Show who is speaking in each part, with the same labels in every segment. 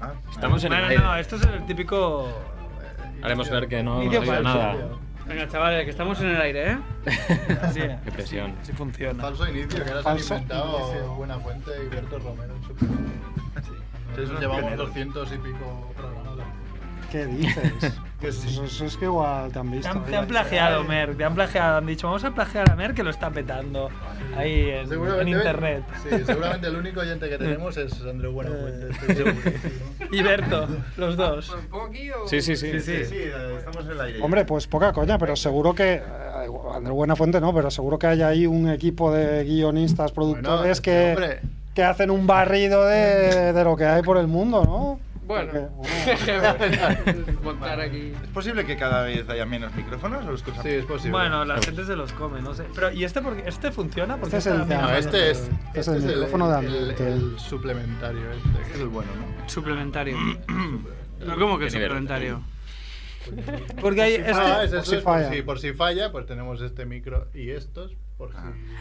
Speaker 1: Ah,
Speaker 2: Estamos en
Speaker 3: No,
Speaker 2: el
Speaker 3: no,
Speaker 2: aire.
Speaker 3: no, esto es el típico.
Speaker 2: Haremos ver que no hemos
Speaker 3: Vídeo
Speaker 2: oído
Speaker 3: falso,
Speaker 2: nada.
Speaker 3: tío.
Speaker 4: Venga, chavales, que estamos en el aire, ¿eh?
Speaker 3: Así es.
Speaker 2: Qué presión.
Speaker 3: Así funciona.
Speaker 1: Falso inicio, que ahora se han
Speaker 5: Falso
Speaker 1: inventado
Speaker 5: inicio.
Speaker 1: Buenafuente y Berto Romero. en su programa. Nosotros llevamos 200 y pico programas.
Speaker 5: ¿Qué dices? Pues eso, eso es que igual te han
Speaker 3: Te
Speaker 5: visto.
Speaker 3: han, te
Speaker 5: ¿eh?
Speaker 3: han plagiado, Merck, te han plagiado. Han dicho, vamos a plagiar a Merck que lo está petando ahí en, en internet. Eh,
Speaker 1: Sí, seguramente el único oyente que tenemos es Andreu Buenafuente. estoy segurísimo.
Speaker 3: Y Berto, los dos.
Speaker 2: Sí, sí, sí.
Speaker 6: Sí, sí, eh, estamos en el aire.
Speaker 5: Hombre, pues poca coña, pero seguro que. eh, Andrés Buenafuente no, pero seguro que hay ahí un equipo de guionistas, productores que,
Speaker 1: Bueno, hombre.
Speaker 5: que hacen un barrido de, de lo que hay por el mundo, ¿no? Porque,
Speaker 4: Bueno, montar aquí.
Speaker 6: ¿Es posible que cada vez haya menos micrófonos o es cosa
Speaker 1: Sí, es posible.
Speaker 3: Bueno, la gente se los come, no sé. Pero, ¿y este, por qué? este funciona? Porque
Speaker 5: Este es el
Speaker 1: No,
Speaker 5: de-
Speaker 1: este es,
Speaker 5: Este es el micrófono de este.
Speaker 1: el,
Speaker 5: ambiente.
Speaker 1: el suplementario, este, que es el bueno, ¿no?
Speaker 4: Suplementario. No, ¿Cómo que
Speaker 2: Qué nivel.
Speaker 4: suplementario?
Speaker 3: Porque hay
Speaker 1: Ah,
Speaker 3: este.
Speaker 5: por
Speaker 1: es eso,
Speaker 5: si
Speaker 1: es por
Speaker 5: falla.
Speaker 1: si- por si falla, pues tenemos este micro y estos, por si-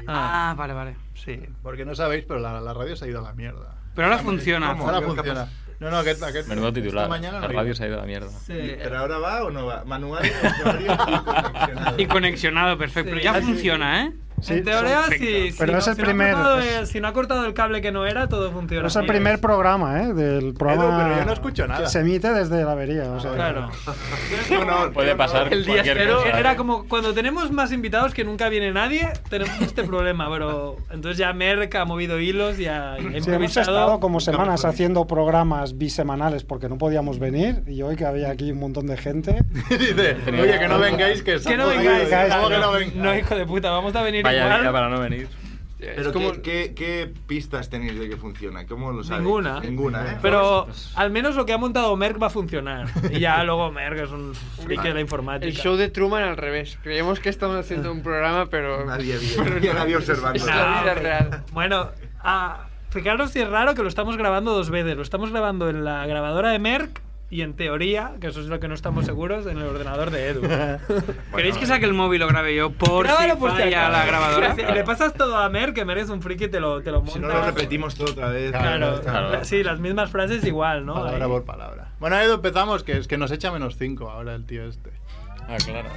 Speaker 3: Ah,
Speaker 4: Ah, vale, vale.
Speaker 3: sí.
Speaker 1: Porque no sabéis, pero la, la radio se ha ido a la mierda.
Speaker 4: Pero ahora funciona.
Speaker 6: ¿Cómo?
Speaker 1: Ahora
Speaker 6: ¿Qué
Speaker 1: funciona. pues- No, no, que, que
Speaker 2: Menudo titular.
Speaker 1: esta mañana
Speaker 2: La
Speaker 1: no
Speaker 2: radio
Speaker 1: iba.
Speaker 2: se ha ido a la mierda.
Speaker 3: Sí.
Speaker 6: ¿Pero ahora va o no va? Manual o radio y conexionado.
Speaker 4: Y conexionado, perfecto.
Speaker 3: Sí.
Speaker 4: ya
Speaker 3: Ah, sí.
Speaker 4: funciona, ¿eh?
Speaker 5: Sí,
Speaker 3: en teoría,
Speaker 4: perfecto.
Speaker 3: si, si
Speaker 5: Pero
Speaker 3: Ah, no,
Speaker 5: es el
Speaker 3: si no ha
Speaker 5: primer-
Speaker 3: cortado
Speaker 5: es-
Speaker 3: el- si no ha cortado el cable que no era, todo funciona.
Speaker 5: Pero es el primer programa, ¿eh? Del programa.
Speaker 1: pero yo no escucho nada.
Speaker 5: Que se emite desde la avería. O sea,
Speaker 3: Claro.
Speaker 6: Bueno,
Speaker 2: Puede pasar
Speaker 4: El día
Speaker 2: cualquier
Speaker 4: cero
Speaker 3: Pero
Speaker 2: cosa.
Speaker 3: era como cuando tenemos más invitados que nunca viene nadie, tenemos este problema, pero entonces ya Merck ha movido hilos y ha, ha
Speaker 5: Sí, hemos
Speaker 3: improvisado.
Speaker 5: estado como semanas haciendo programas bisemanales porque no podíamos venir y hoy que había aquí un montón de gente.
Speaker 1: Dice, oye, que no vengáis, que
Speaker 3: que no
Speaker 1: estamos
Speaker 3: vengáis,
Speaker 1: jodidos".
Speaker 5: vengáis,
Speaker 1: ¿Cómo que no
Speaker 3: no,
Speaker 1: vengáis?
Speaker 3: no, hijo de puta, vamos a venir
Speaker 2: Vaya
Speaker 3: igual.
Speaker 2: día para no venir.
Speaker 6: ¿Pero
Speaker 4: como-
Speaker 6: ¿qué, qué, qué pistas tenéis de que funciona? ¿Cómo lo sabéis?
Speaker 3: Ninguna.
Speaker 6: Ninguna, ¿eh?
Speaker 3: Pero al menos lo que ha montado Merck va a funcionar. Y ya luego Merck es un friki de la informática.
Speaker 7: El show de Truman al revés. Creemos que estamos haciendo un programa, pero.
Speaker 6: Nadie había, nadie había observando.
Speaker 7: Es la vida
Speaker 3: hombre.
Speaker 7: real.
Speaker 3: Bueno, ah, fijaros si es raro que lo estamos grabando dos veces. Lo estamos grabando en la grabadora de Merck y en teoría, que eso es lo que no estamos seguros, en el ordenador de Edu.
Speaker 4: ¿Queréis que saque el móvil lo grabe yo por
Speaker 3: Grábalo
Speaker 4: si
Speaker 3: por si
Speaker 4: falla
Speaker 3: acaso.
Speaker 4: la grabadora?
Speaker 3: Y le pasas todo a Merck, que Merck es un friki, te lo, te lo monta.
Speaker 6: Si no lo repetimos todo otra vez.
Speaker 3: Claro,
Speaker 2: Claro.
Speaker 3: la- sí, las mismas frases igual, ¿no?
Speaker 1: Palabra
Speaker 3: Ahí.
Speaker 1: por palabra. Bueno, Edu, empezamos, que es que nos echa menos 5 ahora el tío este.
Speaker 2: Ah, claro.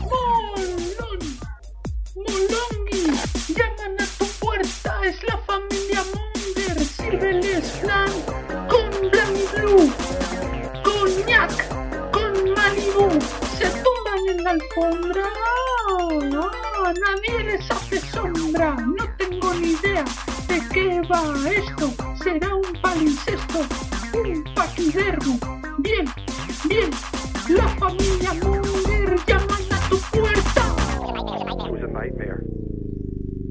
Speaker 8: Molón, Molongi, llaman a tu puerta, es la familia Munger, sírveles flan con Blanc Blue, coñac, con Malibu, se tumban en la alfombra, oh, no, nadie les hace sombra, no tengo ni idea de qué va esto, será un palincesto, un paquidermo, bien, bien, la familia Munger llaman a tu puerta.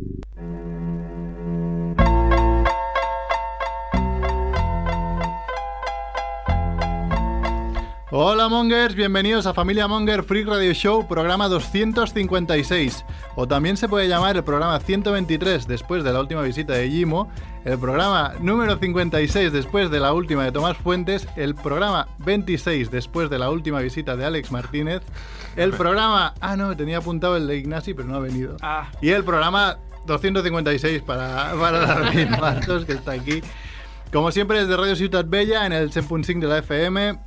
Speaker 1: Hola Mongers, bienvenidos a Familia Monger Free Radio Show, programa 256, o también se puede llamar el programa 123 después de la última visita de Jimo, el programa número 56 después de la última de Tomás Fuentes, el programa 26 después de la última visita de Alex Martínez, el programa... Ah, no, tenía apuntado el de Ignasi, pero no ha venido.
Speaker 4: Ah.
Speaker 1: Y el programa 256 para, para David Martos, que está aquí. Como siempre, desde Radio Ciutat Bella, en el 7.5 de la FM,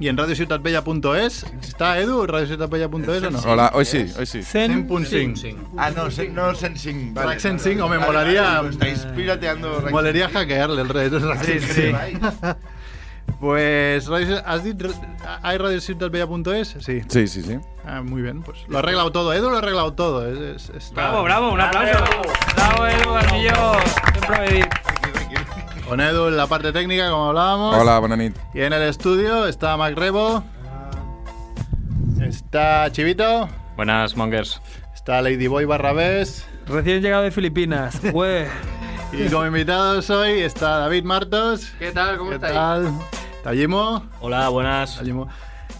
Speaker 1: y en radiociutatbella.es está Edu, radiociutatbella.es o no?
Speaker 9: Hola, hoy sí, hoy sí.
Speaker 3: Zen-
Speaker 1: 100.5.
Speaker 6: Ah, no, sen, no Sensing. Vale.
Speaker 1: Rack Sensing, o me
Speaker 6: Vale,
Speaker 1: molaría-
Speaker 6: vale, lo estáis pirateando. Rack
Speaker 1: Molería
Speaker 6: Sensing.
Speaker 1: hackearle el red.
Speaker 3: Sí, sí.
Speaker 1: Pues, radio- ¿has dicho, ¿hay radiociutatbella.es? Sí.
Speaker 9: Sí, sí, sí.
Speaker 1: Ah, muy bien, pues lo ha arreglado todo. Edu lo ha arreglado todo. Es- es- es-
Speaker 4: Bravo, bravo, un aplauso.
Speaker 3: Bravo, Edu Garcillo. Siempre a medir.
Speaker 1: Con Edu en la parte técnica, como hablábamos.
Speaker 9: Hola, buena nit.
Speaker 1: Y en el estudio está Mac Rebo. Está Chivito.
Speaker 2: Buenas, mongers.
Speaker 1: Está Ladyboy Barrabés.
Speaker 3: Recién llegado de Filipinas. Güey.
Speaker 1: Y como invitados hoy está David Martos.
Speaker 7: ¿Qué tal? ¿Cómo
Speaker 1: ¿Qué
Speaker 7: estáis?
Speaker 1: tal? Está Jimo.
Speaker 2: Hola, buenas.
Speaker 1: Está Jimo.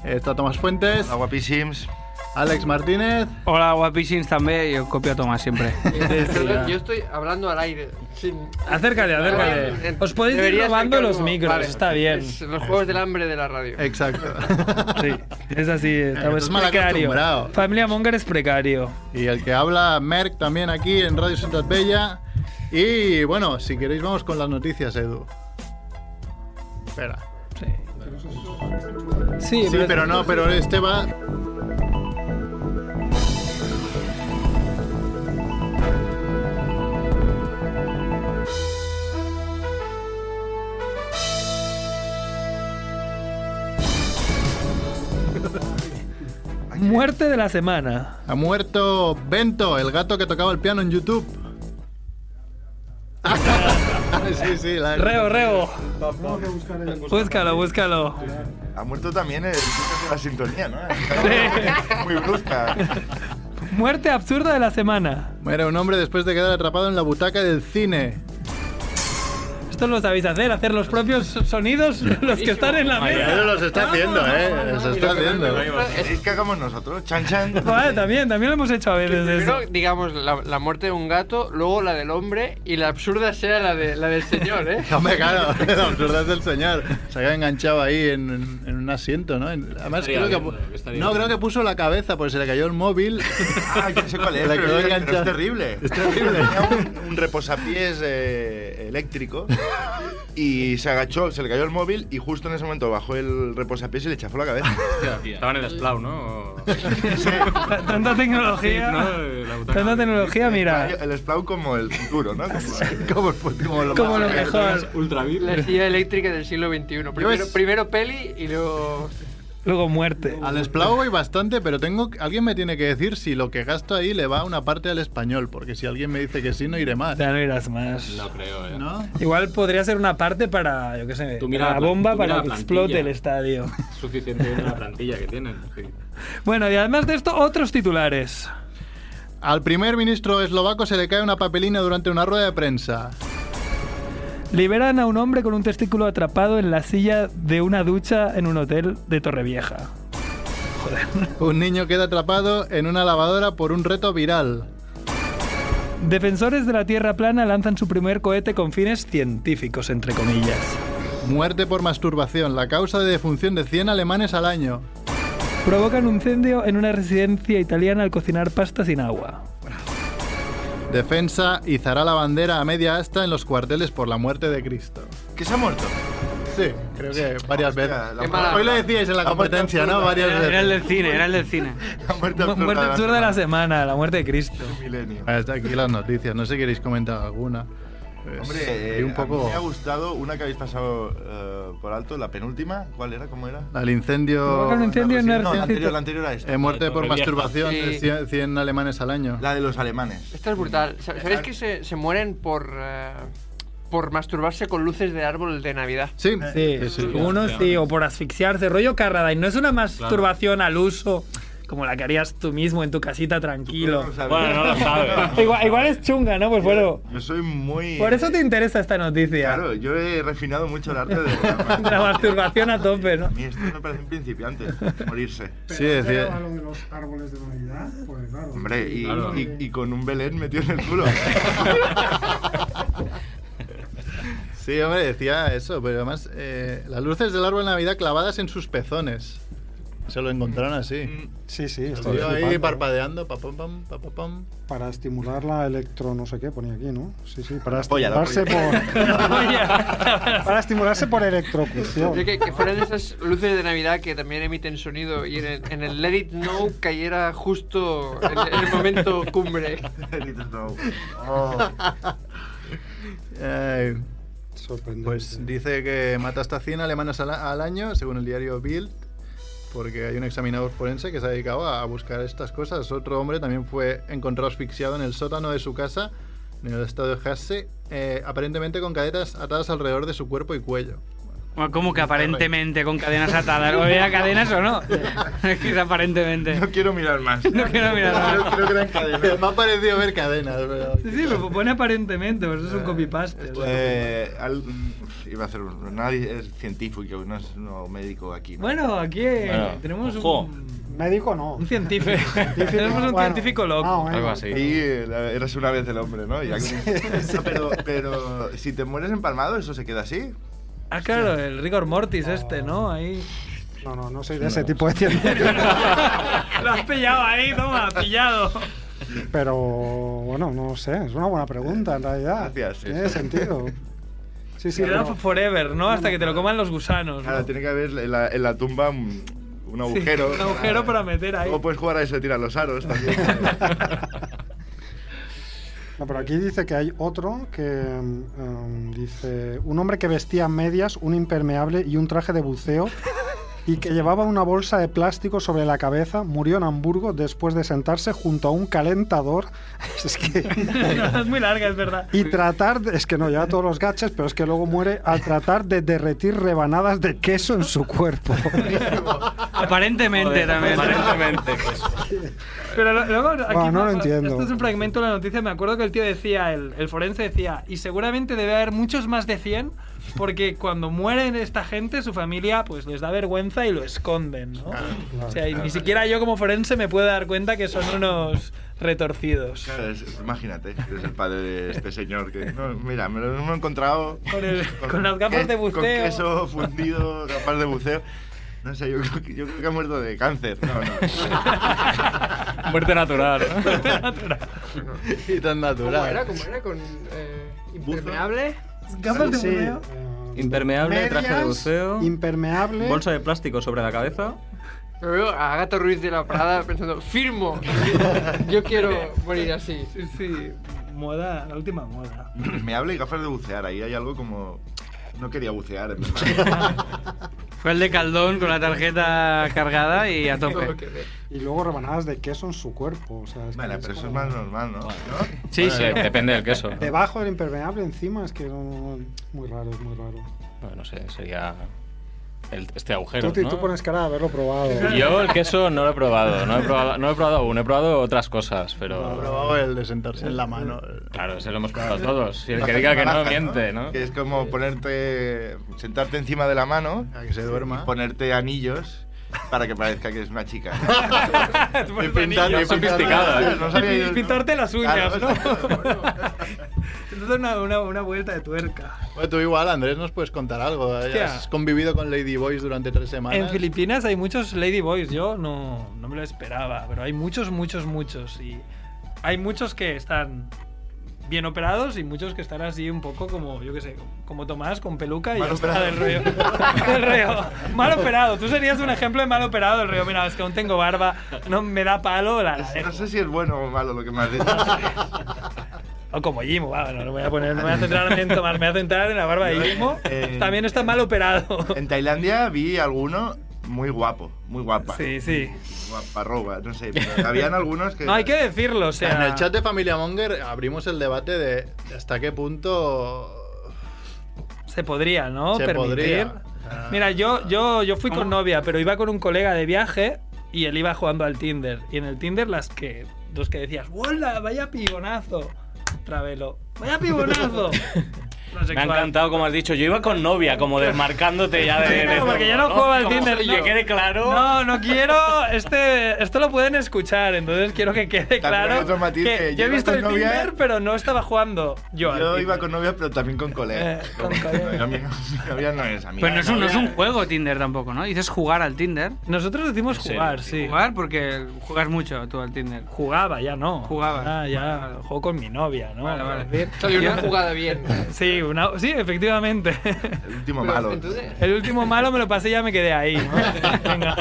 Speaker 1: Está Tomás Fuentes.
Speaker 6: Hola, guapísims.
Speaker 1: Alex Martínez.
Speaker 4: Hola, guapísins también. Yo copio a Tomás siempre.
Speaker 7: Yo, yo estoy hablando al aire. sin-
Speaker 3: Acércate, acércate. Os podéis ir
Speaker 7: Debería
Speaker 3: robando
Speaker 7: sacar
Speaker 3: los
Speaker 7: como-
Speaker 3: micros,
Speaker 7: vale.
Speaker 3: está bien.
Speaker 7: Es los juegos del hambre de la radio.
Speaker 1: Exacto.
Speaker 3: Sí, es así, estamos
Speaker 1: Eh, Estás mal
Speaker 3: precario.
Speaker 1: acostumbrado.
Speaker 3: Familia Monger es precario.
Speaker 1: y el que habla Merck también aquí en Radio Ciudad Bella. Y bueno, si queréis vamos con las noticias, Edu. Espera.
Speaker 3: Sí,
Speaker 1: Sí, pero no, pero este va...
Speaker 3: Muerte de la semana.
Speaker 1: Ha muerto Bento, el gato que tocaba el piano en YouTube. sí, sí, la...
Speaker 3: Reo, reo.
Speaker 6: Tengo que buscar el-
Speaker 3: Búscalo, búscalo.
Speaker 6: Ha muerto también el tipo de la sintonía, ¿no? Muy brusca.
Speaker 3: Muerte absurda de la semana.
Speaker 1: Muere un hombre después de quedar atrapado en la butaca del cine.
Speaker 3: Esto lo sabéis hacer, hacer los propios sonidos de los que están en la
Speaker 1: Pero
Speaker 3: mesa.
Speaker 1: los está haciendo, ¿eh? Los está haciendo.
Speaker 6: ¿Queréis que hagamos nosotros? Chan, chan.
Speaker 3: Vale, también, también lo hemos hecho a veces eso.
Speaker 7: Primero, digamos, la, la muerte de un gato, luego la del hombre y la absurda sea la, de, la del señor, ¿eh?
Speaker 1: Hombre, claro, la absurdez del señor. Se había enganchado ahí en, en- en un asiento, ¿no? En- Además,
Speaker 2: Estaría
Speaker 1: creo que,
Speaker 2: viendo,
Speaker 1: pu-
Speaker 2: que estaría
Speaker 1: no, creo
Speaker 2: viendo.
Speaker 1: que puso la cabeza, porque se le cayó el móvil.
Speaker 6: Ah, yo sé cuál es,
Speaker 1: La
Speaker 6: pero,
Speaker 1: quedó Este-
Speaker 6: es- pero
Speaker 1: enganchada.
Speaker 6: es terrible.
Speaker 1: Es terrible.
Speaker 6: Tenía un, un reposapiés eh, eléctrico y se agachó, se le cayó el móvil y justo en ese momento bajó el reposapiés y le chafó la cabeza.
Speaker 2: Estaban en el Splau, ¿no? O-
Speaker 3: T- Tanta tecnología.
Speaker 2: ¿no? La butaca.
Speaker 3: Tanta tecnología, mira.
Speaker 6: El Splau como el futuro, ¿no? Como el-
Speaker 1: como, el- como lo
Speaker 3: Como
Speaker 1: más-
Speaker 3: lo mejor.
Speaker 7: La silla eléctrica del siglo XXI. Primero,
Speaker 1: es-
Speaker 7: primero peli y luego...
Speaker 3: Luego muerte.
Speaker 1: Al Splau voy bastante, pero tengo alguien me tiene que decir si lo que gasto ahí le va una parte al español, porque si alguien me dice que sí, no iré más.
Speaker 3: Ya no irás más.
Speaker 2: No creo, ¿eh?
Speaker 1: ¿No?
Speaker 3: Igual podría ser una parte para, yo qué sé,
Speaker 2: Tú mira
Speaker 3: para
Speaker 2: la
Speaker 3: la
Speaker 2: plan-
Speaker 3: bomba
Speaker 2: tú mira
Speaker 3: para
Speaker 2: la
Speaker 3: que
Speaker 2: plantilla.
Speaker 3: explote el estadio.
Speaker 2: Es Suficiente viendo la plantilla que tienen. sí.
Speaker 3: Bueno, y además de esto, otros titulares.
Speaker 1: Al primer ministro eslovaco se le cae una papelina durante una rueda de prensa.
Speaker 3: Liberan a un hombre con un testículo atrapado en la silla de una ducha en un hotel de Torrevieja.
Speaker 1: Un niño queda atrapado en una lavadora por un reto viral.
Speaker 3: Defensores de la Tierra plana lanzan su primer cohete con fines científicos, entre comillas.
Speaker 1: Muerte por masturbación, la causa de defunción de 100 alemanes al año.
Speaker 3: Provocan un incendio en una residencia italiana al cocinar pasta sin agua.
Speaker 1: Defensa izará la bandera a media asta en los cuarteles por la muerte de Cristo.
Speaker 6: ¿Que se ha muerto?
Speaker 1: Sí, creo que varias veces.
Speaker 6: Hostia, la
Speaker 7: Qué mala-
Speaker 1: Hoy lo decíais en la
Speaker 6: la muerte
Speaker 1: competencia, ¿no?
Speaker 6: absurda.
Speaker 1: Varias
Speaker 4: Era, era el
Speaker 1: veces.
Speaker 4: del cine, era el del cine.
Speaker 6: La muerte
Speaker 3: Mu-
Speaker 6: absurda,
Speaker 3: Muerte absurda de la
Speaker 6: semana.
Speaker 3: semana, la muerte de Cristo.
Speaker 6: Milenio.
Speaker 1: Ah, Está aquí las noticias, no sé si queréis comentar alguna. Pues,
Speaker 6: Hombre,
Speaker 1: hay
Speaker 6: eh,
Speaker 1: un
Speaker 6: a mí
Speaker 1: poco
Speaker 6: me ha gustado una que habéis pasado eh, por alto, la penúltima. ¿Cuál era? ¿Cómo era?
Speaker 1: al incendio,
Speaker 3: Provoca un incendio en una
Speaker 6: No, la anterior,
Speaker 3: residencia.
Speaker 6: la anterior era esta.
Speaker 1: eh, muerte por
Speaker 2: Torrevieja.
Speaker 1: masturbación de
Speaker 7: Sí.
Speaker 1: 100, 100 alemanes al año.
Speaker 6: La de los alemanes.
Speaker 7: Esto es brutal. Sa- ¿Sabéis que se, se mueren por, eh, por masturbarse con luces de árbol de Navidad?
Speaker 1: Sí,
Speaker 3: Sí, unos sí, o por asfixiarse, rollo carrada. Y no es una masturbación al uso como la que harías tú mismo en tu casita tranquilo.
Speaker 6: No sabía.
Speaker 2: Bueno, no lo sabes.
Speaker 3: Igual, igual es chunga, ¿no? Pues bueno,
Speaker 6: Yo soy muy.
Speaker 3: por eso te interesa esta noticia.
Speaker 6: Claro, yo he refinado mucho el arte de.
Speaker 3: La masturbación a tope,
Speaker 6: A
Speaker 3: ¿no?
Speaker 6: mí esto me parece un principiante, morirse.
Speaker 1: sí,
Speaker 5: pero
Speaker 1: decía-
Speaker 5: a lo de los árboles de Navidad, pues claro.
Speaker 6: Hombre, y,
Speaker 2: Claro.
Speaker 6: y- y con un Belén metido en el culo.
Speaker 1: sí, hombre, decía eso, pero además eh, las luces del árbol de Navidad clavadas en sus pezones. Se lo encontraron así.
Speaker 6: Mm,
Speaker 5: Sí, sí,
Speaker 1: Estoy
Speaker 5: estoy
Speaker 1: ahí
Speaker 5: flipando.
Speaker 1: parpadeando, pa pam pam, pa pam pam.
Speaker 5: Para estimular la electro no sé qué, ponía aquí, ¿no? Sí, sí, para
Speaker 6: polla, la
Speaker 5: estimularse por... para estimularse por electrocución.
Speaker 7: Yo que, que fueran esas luces de Navidad que también emiten sonido y en el, en el Let It Know cayera justo en, en el momento cumbre.
Speaker 6: Oh.
Speaker 1: Eh,
Speaker 5: Sorprendente.
Speaker 1: Pues dice que mata hasta 100 alemanas al, al año, según el diario Bild, porque hay un examinador forense que se ha dedicado a, a buscar estas cosas. Otro hombre también fue encontrado asfixiado en el sótano de su casa, en el estado de Hesse, eh, aparentemente con cadenas atadas alrededor de su cuerpo y cuello.
Speaker 4: Bueno, como que aparentemente con cadenas atadas. ¿O era cadenas o no? Es que es aparentemente.
Speaker 6: No quiero mirar más.
Speaker 4: No quiero mirar más.
Speaker 6: Creo, creo que eran cadenas.
Speaker 1: Me ha parecido ver cadenas, pero...
Speaker 3: Sí, sí, lo pone aparentemente, pues es un copypaste.
Speaker 6: Eh, al- iba a hacer un- nadie es científico, no es no, médico aquí. ¿no?
Speaker 3: Bueno, aquí eh,
Speaker 2: Bueno,
Speaker 3: tenemos
Speaker 2: ojo.
Speaker 3: un,
Speaker 5: Médico no.
Speaker 3: un científico. tenemos un
Speaker 5: Bueno,
Speaker 3: científico
Speaker 5: ah,
Speaker 3: loco.
Speaker 5: bueno.
Speaker 2: Algo así.
Speaker 6: Sí, la- eras una vez el hombre, ¿no? Ya como- No, pero, pero si te mueres empalmado, ¿eso se queda así?
Speaker 3: Ah, claro, el rigor mortis este, ¿no? Ahí.
Speaker 5: No, no, no soy de ese tipo de científico.
Speaker 3: Lo has pillado ahí, toma, pillado.
Speaker 5: Pero bueno, no sé, es una buena pregunta en realidad.
Speaker 6: Gracias.
Speaker 5: Tiene sentido. Sí, sí,
Speaker 3: Queda
Speaker 5: pero-
Speaker 3: forever, ¿no? Hasta que te lo coman los gusanos. ¿no?
Speaker 6: Claro, tiene que haber en la, en la tumba un, un
Speaker 3: Sí,
Speaker 6: agujero.
Speaker 3: un agujero para meter ahí.
Speaker 6: O puedes jugar a eso de tirar los aros también.
Speaker 5: No, pero aquí dice que hay otro que mm, dice un hombre que vestía medias, un impermeable y un traje de buceo y que llevaba una bolsa de plástico sobre la cabeza, murió en Hamburgo después de sentarse junto a un calentador. Es que
Speaker 3: No, es muy larga, es verdad.
Speaker 5: y tratar, de- es que no lleva todos los gaches, pero es que luego muere al tratar de derretir rebanadas de queso en su cuerpo.
Speaker 4: Aparentemente
Speaker 2: Joder,
Speaker 4: también.
Speaker 2: Aparentemente. pues.
Speaker 3: Pero lo- luego aquí
Speaker 5: Bueno, no lo
Speaker 3: me-
Speaker 5: entiendo.
Speaker 3: Esto es un fragmento de la noticia. Me acuerdo que el tío decía, el, el forense decía, y seguramente debe haber muchos más de 100, porque cuando mueren esta gente, su familia pues les da vergüenza y lo esconden, ¿no? o sea, y ni siquiera yo como forense me puedo dar cuenta que son unos retorcidos.
Speaker 6: Claro, es- imagínate, eres el padre de este señor que. no, mira, me lo hemos encontrado.
Speaker 3: Con el- con las gafas
Speaker 6: que-
Speaker 3: de buceo.
Speaker 6: Con queso fundido, gafas de buceo. No sé, yo creo que, yo creo que ha muerto de cáncer. No, no.
Speaker 2: Muerte natural. ¿no?
Speaker 1: Y tan
Speaker 7: ¿Cómo era?
Speaker 1: natural.
Speaker 7: ¿Cómo era? ¿Con eh, impermeable?
Speaker 3: Gafas de
Speaker 5: Sí,
Speaker 3: buceo.
Speaker 5: eh,
Speaker 9: Impermeable, traje de
Speaker 5: medias,
Speaker 9: buceo.
Speaker 5: Impermeable.
Speaker 9: Bolsa de plástico sobre la cabeza.
Speaker 7: Me veo a Agatha Ruiz de la Prada pensando, firmo, yo quiero morir así.
Speaker 3: Sí, sí. Moda, la última moda.
Speaker 6: Me habla y gafas de bucear. Ahí hay algo como. No quería bucear, en verdad.
Speaker 4: Fue el de Caldón con la tarjeta cargada y a
Speaker 7: Tengo que
Speaker 4: tope.
Speaker 7: ver.
Speaker 5: Y luego rebanadas de queso en su cuerpo. O sea, es que
Speaker 6: Vale,
Speaker 5: es
Speaker 6: pero eso es
Speaker 5: como-
Speaker 6: más normal, ¿no? ¿No?
Speaker 4: Sí, sí.
Speaker 2: Depende del queso.
Speaker 5: Debajo del impermeable, encima, es que no, no, no, muy raro, es muy raro.
Speaker 10: Bueno, no sé, sería el- este agujero.
Speaker 5: Tú, ti-
Speaker 10: ¿no?
Speaker 5: tú pones cara de haberlo probado.
Speaker 10: Yo el queso no lo he probado, no he probado, no he probado aún, he probado otras cosas,
Speaker 1: He
Speaker 10: pero
Speaker 1: probado el de sentarse en la mano.
Speaker 10: claro, ese lo hemos probado todos. Y el que diga que no miente, ¿no?
Speaker 6: Que es como ponerte. sentarte encima de la mano
Speaker 1: A que se duerma.
Speaker 6: y ponerte anillos para que parezca que es una chica.
Speaker 3: Por eso
Speaker 1: pintar-
Speaker 3: anillo.
Speaker 1: y sofisticado,
Speaker 6: ¿eh? No sabía
Speaker 3: Y- y
Speaker 6: yo-
Speaker 3: pintarte las uñas,
Speaker 6: Claro.
Speaker 3: ¿no? Entonces una, una, una vuelta de tuerca.
Speaker 1: Bueno, tú igual, Andrés, nos puedes contar algo.
Speaker 3: Hostia.
Speaker 1: Has convivido con Lady Boys durante tres semanas.
Speaker 3: En Filipinas hay muchos ladyboys, yo no, no me lo esperaba, pero hay muchos, muchos, muchos. Y hay muchos que están bien operados y muchos que están así un poco como, yo qué sé, como Tomás con peluca y
Speaker 6: Mal
Speaker 3: ya está,
Speaker 6: operado.
Speaker 3: del rollo. del rollo. Mal operado, tú serías un ejemplo de mal operado del rollo. Mira, es que aún tengo barba, no me da palo la... la
Speaker 6: No
Speaker 3: dejo.
Speaker 6: sé si es bueno o malo lo que me has dicho.
Speaker 3: O como Jimo, va, no, lo voy a poner, no me voy a centrar en Tomás, me voy a centrar en la barba de Jimo.
Speaker 6: Eh,
Speaker 3: También está mal operado.
Speaker 6: En Tailandia vi alguno muy guapo, muy guapa.
Speaker 3: Sí, sí.
Speaker 6: Guaparroba, no sé. pero habían algunos que.
Speaker 3: No, hay que decirlo, o sea...
Speaker 1: En el chat de Familia Monger abrimos el debate de hasta qué punto
Speaker 3: Se podría, ¿no?
Speaker 1: Se
Speaker 3: Permitir.
Speaker 1: podría. Ah.
Speaker 3: Mira, yo, yo, yo fui con novia, pero iba con un colega de viaje y él iba jugando al Tinder. Y en el Tinder las que. Los que decías, ¡Hola! ¡Vaya pibonazo! Travelo. ¡Vaya pibonazo! No sé
Speaker 10: Me ha
Speaker 3: cuál.
Speaker 10: encantado, como has dicho. Yo iba con novia, como desmarcándote ya de.
Speaker 3: Claro,
Speaker 10: de-
Speaker 3: porque ya no juego al
Speaker 10: Como
Speaker 3: Tinder,
Speaker 10: si
Speaker 3: ¿no?
Speaker 10: Que quede claro.
Speaker 3: No, no quiero. Este, esto lo pueden escuchar, entonces quiero que quede
Speaker 6: También hay
Speaker 3: claro.
Speaker 6: otro matiz
Speaker 3: que
Speaker 6: que yo
Speaker 3: yo he
Speaker 6: iba
Speaker 3: visto
Speaker 6: con
Speaker 3: el
Speaker 6: novia-
Speaker 3: Tinder, pero no estaba jugando yo. al
Speaker 6: Yo
Speaker 3: Tinder.
Speaker 6: iba con novia, pero también con colegas.
Speaker 3: Eh, con colegas.
Speaker 6: No, mi mi novia no es amiga.
Speaker 4: Pues no es, un, no es un
Speaker 6: novia-
Speaker 4: juego Tinder tampoco, ¿no? Dices jugar al Tinder.
Speaker 3: Nosotros decimos
Speaker 10: serio?
Speaker 3: jugar, sí.
Speaker 4: Jugar porque juegas mucho tú al Tinder.
Speaker 3: Jugaba, ya no.
Speaker 4: Jugaba.
Speaker 3: Ah, ya juego con mi novia, ¿no?
Speaker 4: Vale, vale.
Speaker 3: Es decir,
Speaker 7: Salió una jugada bien.
Speaker 3: Sí, una- sí, efectivamente.
Speaker 6: El último
Speaker 7: Pero,
Speaker 6: malo.
Speaker 7: Entonces,
Speaker 3: El último malo me lo pasé y ya me quedé ahí. ¿no? Venga.